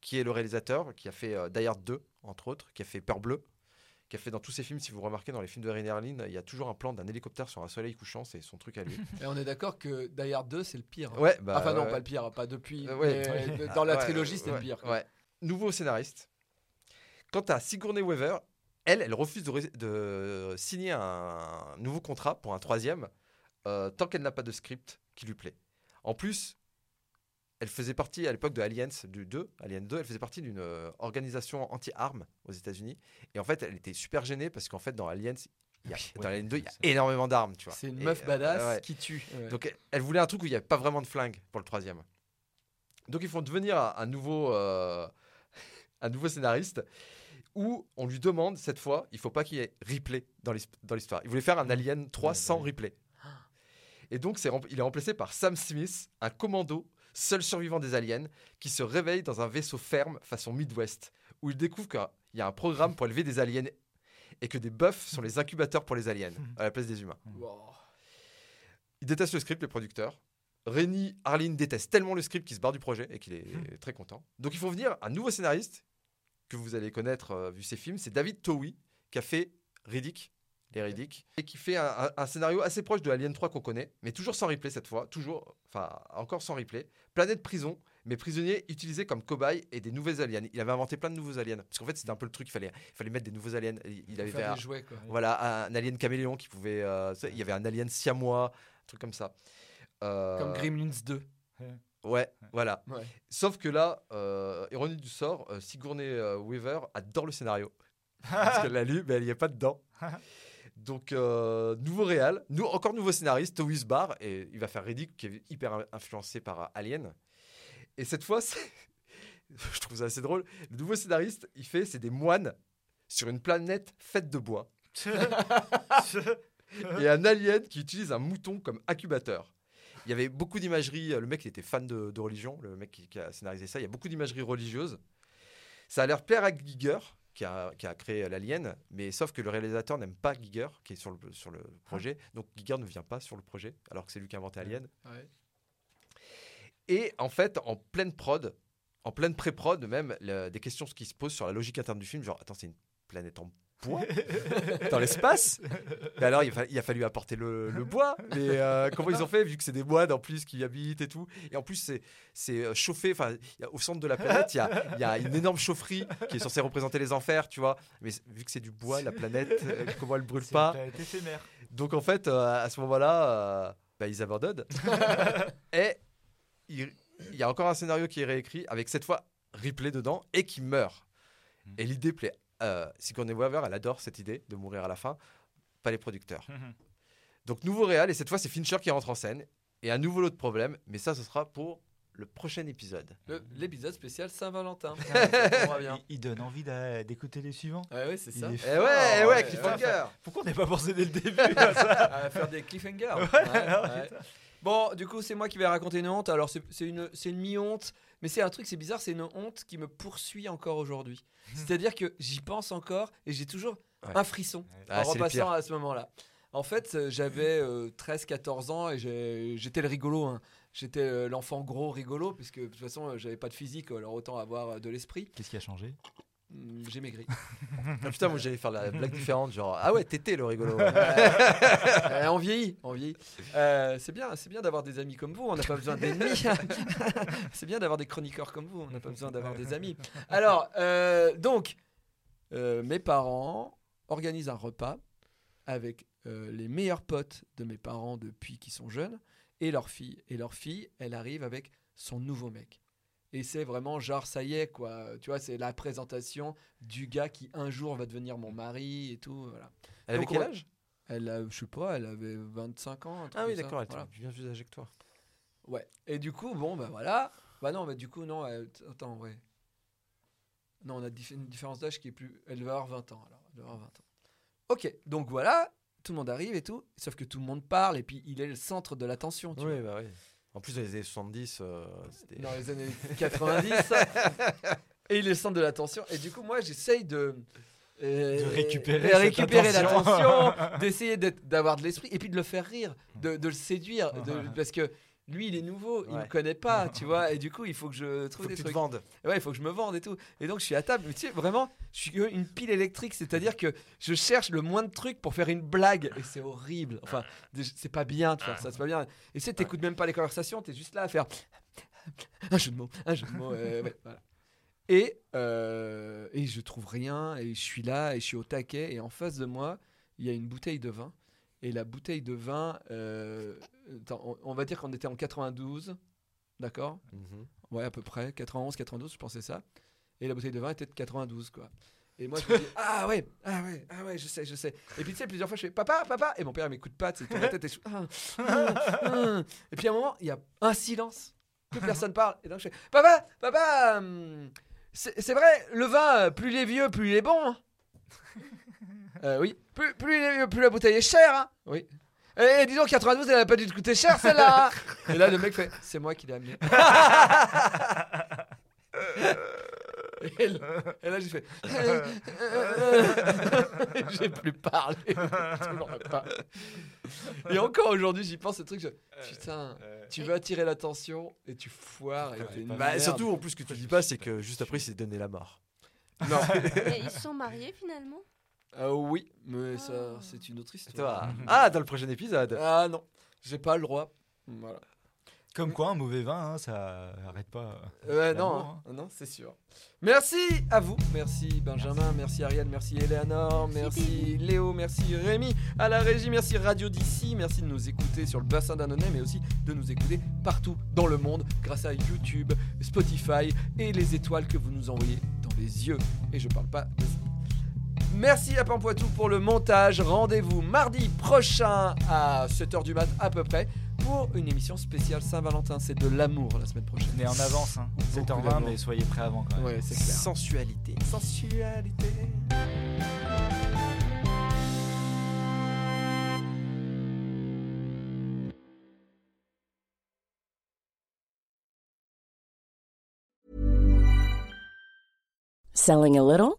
Speaker 4: qui est le réalisateur, qui a fait euh, Die Hard 2 entre autres, qui a fait Peur bleue, qui a fait dans tous ses films. Si vous remarquez dans les films de Rémi Harling, il y a toujours un plan d'un hélicoptère sur un soleil couchant, c'est son truc à lui.
Speaker 1: Et on est d'accord que Die Hard 2, c'est le pire.
Speaker 4: ouais, bah,
Speaker 1: enfin, non,
Speaker 4: ouais.
Speaker 1: pas le pire, pas depuis.
Speaker 4: Euh, ouais.
Speaker 1: mais dans la
Speaker 4: Ouais,
Speaker 1: trilogie,
Speaker 4: ouais,
Speaker 1: c'était le pire. quoi.
Speaker 4: ouais. Nouveau scénariste. Quant à Sigourney Weaver, elle, elle refuse de, ré- de signer un nouveau contrat pour un troisième euh, tant qu'elle n'a pas de script qui lui plaît. En plus, elle faisait partie à l'époque de Aliens du 2, Alien 2, elle faisait partie d'une euh, organisation anti-armes aux États-Unis et en fait, elle était super gênée parce qu'en fait dans Aliens, il y a-
Speaker 3: Oui,
Speaker 4: dans
Speaker 3: ouais,
Speaker 4: Alien 2, il y a
Speaker 3: c'est-
Speaker 4: énormément d'armes, tu vois.
Speaker 1: C'est une
Speaker 4: Et,
Speaker 1: meuf
Speaker 4: euh,
Speaker 1: badass
Speaker 4: ouais.
Speaker 1: qui tue.
Speaker 4: Donc elle, elle voulait un truc où il n'y avait pas vraiment de flingue pour le troisième. Donc ils font devenir un, un nouveau, euh, un nouveau scénariste où on lui demande cette fois, il faut pas qu'il y ait replay dans l'his- dans l'histoire. Il voulait faire un Alien 3
Speaker 3: Ouais, bah
Speaker 4: sans
Speaker 3: oui.
Speaker 4: replay. Et donc c'est rem- il est remplacé par Sam Smith, un commando, seul survivant des aliens, qui se réveille dans un vaisseau ferme façon Midwest, où il découvre qu'il y a un programme pour élever des aliens et que des bœufs sont les incubateurs pour les aliens, à la place des humains.
Speaker 1: Wow.
Speaker 4: Il déteste le script, les producteurs. Rémi Harlin déteste tellement le script qu'il se barre du projet et qu'il est très content. Donc ils font venir un nouveau scénariste que vous allez connaître euh, vu ses films, c'est David Towie qui a fait Riddick, les Riddick, et qui fait un, un- un scénario assez proche de Alien 3 qu'on connaît, mais toujours sans replay cette fois, toujours, enfin encore sans replay. Planète prison, mais prisonniers utilisés comme cobayes et des nouvelles aliens. Il avait inventé plein de nouveaux aliens parce qu'en fait c'était un peu le truc, il fallait, il fallait mettre des nouveaux aliens. Il, il avait fait
Speaker 1: faire
Speaker 4: un-
Speaker 1: des jouets quoi.
Speaker 4: voilà, un alien caméléon qui pouvait. euh, tu sais, il y avait un alien siamois, un truc comme ça. Euh,
Speaker 1: Comme Gremlins 2.
Speaker 4: Ouais, voilà.
Speaker 1: Ouais.
Speaker 4: Sauf que là, euh, ironie du sort, euh, Sigourney euh, Weaver adore le scénario. Parce qu'elle l'a lu, mais elle n'y est pas dedans. Donc, euh, nouveau réal, nou- encore nouveau scénariste, Towiz Barr, et il va faire Riddick, qui est hyper in- influencé par euh, Alien. Et cette fois, c'est- je trouve ça assez drôle. Le nouveau scénariste, il fait, c'est des moines sur une planète faite de bois. et un alien qui utilise un mouton comme incubateur. Il y avait beaucoup d'imagerie. euh, Le mec, il était fan de, de religion, le mec qui, qui a scénarisé ça. Il y a beaucoup d'imagerie religieuse. Ça a l'air plaire à Giger, qui a, qui a créé euh, l'Alien, mais sauf que le réalisateur n'aime pas Giger, qui est sur le, sur le projet. Donc Giger ne vient pas sur le projet, alors que c'est lui qui a inventé Alien.
Speaker 1: Ouais.
Speaker 4: Et en fait, en pleine prod, en pleine pré-prod même, le- des questions qui se posent sur la logique interne du film, genre, attends, c'est une planète en bois dans l'espace Mais alors, il a, fa- il a fallu apporter le, le bois. Mais euh, comment ils ont fait, vu que c'est des moines en plus qui y habitent et tout Et en plus, c'est- c'est euh, chauffé. Enfin, il y a- au centre de la planète, il y a, il y a une énorme chaufferie qui est censée représenter les enfers, tu vois. Mais c- vu que c'est du bois, la planète, euh, comment elle brûle
Speaker 3: C'est
Speaker 4: pas
Speaker 3: une planète éphémère.
Speaker 4: donc en fait, euh, à ce moment-là, euh, bah, ils abandonnent. et il, il y a encore un scénario qui est réécrit, avec cette fois Ripley dedans, et qui meurt. Et l'idée plaît. Euh, Sigourney Weaver, elle adore cette idée de mourir à la fin, pas les producteurs.
Speaker 3: Mhm.
Speaker 4: Donc nouveau réal, et cette fois c'est Fincher qui rentre en scène, et un nouveau lot de problèmes, mais ça ce sera pour le prochain épisode.
Speaker 1: Le- L'épisode spécial Saint-Valentin. Ouais, ça tombera bien.
Speaker 3: Il, il donne envie d'a- d'écouter les suivants.
Speaker 1: Ouais, ouais, c'est
Speaker 3: Il
Speaker 1: ça.
Speaker 3: est
Speaker 4: Eh
Speaker 3: fort,
Speaker 4: ouais, eh ouais,
Speaker 1: ouais,
Speaker 4: cliffhanger
Speaker 3: Pourquoi on n'est pas pensé dès le début à ça
Speaker 1: à faire des cliffhangers. Ouais, ouais. Bon, du coup, c'est moi qui vais raconter une honte. Alors, c'est c'est une, c'est une mi-honte, mais c'est un truc, c'est bizarre, c'est une honte qui me poursuit encore aujourd'hui. C'est-à-dire que j'y pense encore et j'ai toujours
Speaker 4: Ouais.
Speaker 1: un frisson
Speaker 4: Ah,
Speaker 1: en
Speaker 4: c'est le
Speaker 1: repassant
Speaker 4: pire.
Speaker 1: à ce moment-là. En fait, euh, j'avais 13-14 ans et j'ai- j'étais le rigolo. hein. J'étais euh, l'enfant gros rigolo, puisque de toute façon, euh, j'avais pas de physique, alors autant avoir euh, de l'esprit.
Speaker 3: Qu'est-ce qui a changé
Speaker 1: Hum, J'ai maigri.
Speaker 4: Ah, Putain, moi j'allais faire la blague différente, genre ah ouais, t'étais le rigolo.
Speaker 1: Euh, on vieillit, on vieillit. Euh, c'est bien, c'est bien d'avoir des amis comme vous. On n'a pas besoin d'ennemis. c'est bien d'avoir des chroniqueurs comme vous. On n'a pas besoin d'avoir des amis. Alors, euh, donc, euh, mes parents organisent un repas avec euh, les meilleurs potes de mes parents depuis qu'ils sont jeunes et leur fille. Et leur fille, elle arrive avec son nouveau mec. Et c'est vraiment genre, ça y est, quoi. Tu vois, c'est la présentation du gars qui un jour va devenir mon mari et tout. Voilà.
Speaker 4: Elle avait
Speaker 1: Donc,
Speaker 4: quel
Speaker 1: on-
Speaker 4: âge
Speaker 1: elle a, je sais pas, elle avait 25 ans. un truc
Speaker 4: Ah oui,
Speaker 1: comme ça,
Speaker 4: d'accord, elle était
Speaker 1: voilà.
Speaker 4: bien plus âgée que toi.
Speaker 1: Ouais. Et du coup, bon, bah voilà. Bah non, bah du coup, non, elle- attends, ouais. Non, on a dif- une différence d'âge qui est plus. Elle va avoir 20 ans, alors. Elle va avoir 20 ans. Ok, donc voilà, tout le monde arrive et tout. Sauf que tout le monde parle et puis il est le centre de l'attention, tu vois.
Speaker 4: Oui, bah oui. En plus, dans les années 70, euh, c'était.
Speaker 1: dans les années 90. et il est le centre de l'attention. Et du coup, moi, j'essaye de. euh,
Speaker 3: De récupérer
Speaker 1: de
Speaker 3: cette
Speaker 1: récupérer
Speaker 3: attention.
Speaker 1: l'attention, d'essayer d'être- d'avoir de l'esprit et puis de le faire rire, de, de le séduire. de- parce que lui, il est nouveau, il
Speaker 4: Ouais.
Speaker 1: me connaît pas, tu vois. Et du coup, il faut que je trouve
Speaker 4: Faut
Speaker 1: des
Speaker 4: que tu te
Speaker 1: trucs.
Speaker 4: vendes.
Speaker 1: Ouais, il faut que je me vende et tout. Et donc, je suis à table. Mais tu sais, vraiment, je suis une pile électrique. C'est-à-dire que je cherche le moins de trucs pour faire une blague. Et c'est horrible. Enfin, déjà, c'est pas bien de faire ça. C'est pas bien. Et tu sais, t'écoutes même pas les conversations. T'es juste là à faire un jeu de mots, un jeu de mots. euh, ouais, voilà. Et, euh, et je trouve rien, et je suis là, et je suis au taquet, et en face de moi, il y a une bouteille de vin. Et la bouteille de vin, euh, attends, on, on va dire qu'on était en 92, d'accord
Speaker 4: Mhm.
Speaker 1: Ouais, à peu près, 91, 92, je pensais ça. Et la bouteille de vin était de 92, quoi. Et moi, je me dis, ah ouais, ah ouais, ah ouais, je sais, je sais. Et puis, tu sais, plusieurs fois, je fais, papa, papa. Et mon père, il m'écoute pas, tu sais, il tourne la tête et je Ah, ah, ah. Et puis, à un moment, il y a un silence. Plus personne parle. Et donc, je fais, papa, papa, hum, c'est c'est vrai, le vin, euh, plus il est vieux, plus il est bon. hein. Euh, oui. Plus, plus il est vieux, plus la bouteille est chère. hein. Oui. Et disons, 92, elle a pas dû te coûter cher, celle-là. hein. et là, le mec fait, c'est moi qui l'ai amené. Et là, et là, j'ai fait. j'ai plus parlé. Toujours pas. Et encore aujourd'hui, j'y pense, ce truc. je- Putain,
Speaker 3: Euh,
Speaker 1: tu veux attirer l'attention et tu foires. Et t'es une
Speaker 4: Bah,
Speaker 1: merde.
Speaker 4: surtout, en plus, ce que tu dis pas, c'est que juste après, c'est donné la mort. Non.
Speaker 2: Mais ils se sont mariés finalement
Speaker 1: Ah oui, mais ça, c'est une autre histoire.
Speaker 4: Toi. Ah, dans le prochain épisode.
Speaker 1: Ah non, j'ai pas le droit. Voilà.
Speaker 3: Comme quoi, un mauvais vin, hein, ça arrête pas.
Speaker 1: Ouais, non,
Speaker 3: L'amour,
Speaker 1: hein. non, c'est sûr. Merci à vous, merci Benjamin, merci Ariel, merci Eleanor, merci Léo, merci Rémi, à la régie, merci Radio d'ici, merci de nous écouter sur le bassin d'Annonay, mais aussi de nous écouter partout dans le monde grâce à YouTube, Spotify et les étoiles que vous nous envoyez dans les yeux. Et je parle pas de Merci à Pampoitou pour le montage. Rendez-vous mardi prochain à 7h du mat à peu près pour une émission spéciale Saint-Valentin. C'est de l'amour la semaine prochaine.
Speaker 3: Mais en avance, hein.
Speaker 1: Beaucoup
Speaker 3: 7h20,
Speaker 1: d'avance.
Speaker 3: mais soyez prêts avant quand même.
Speaker 1: Ouais, c'est clair.
Speaker 4: Sensualité.
Speaker 1: Sensualité.
Speaker 8: Selling a little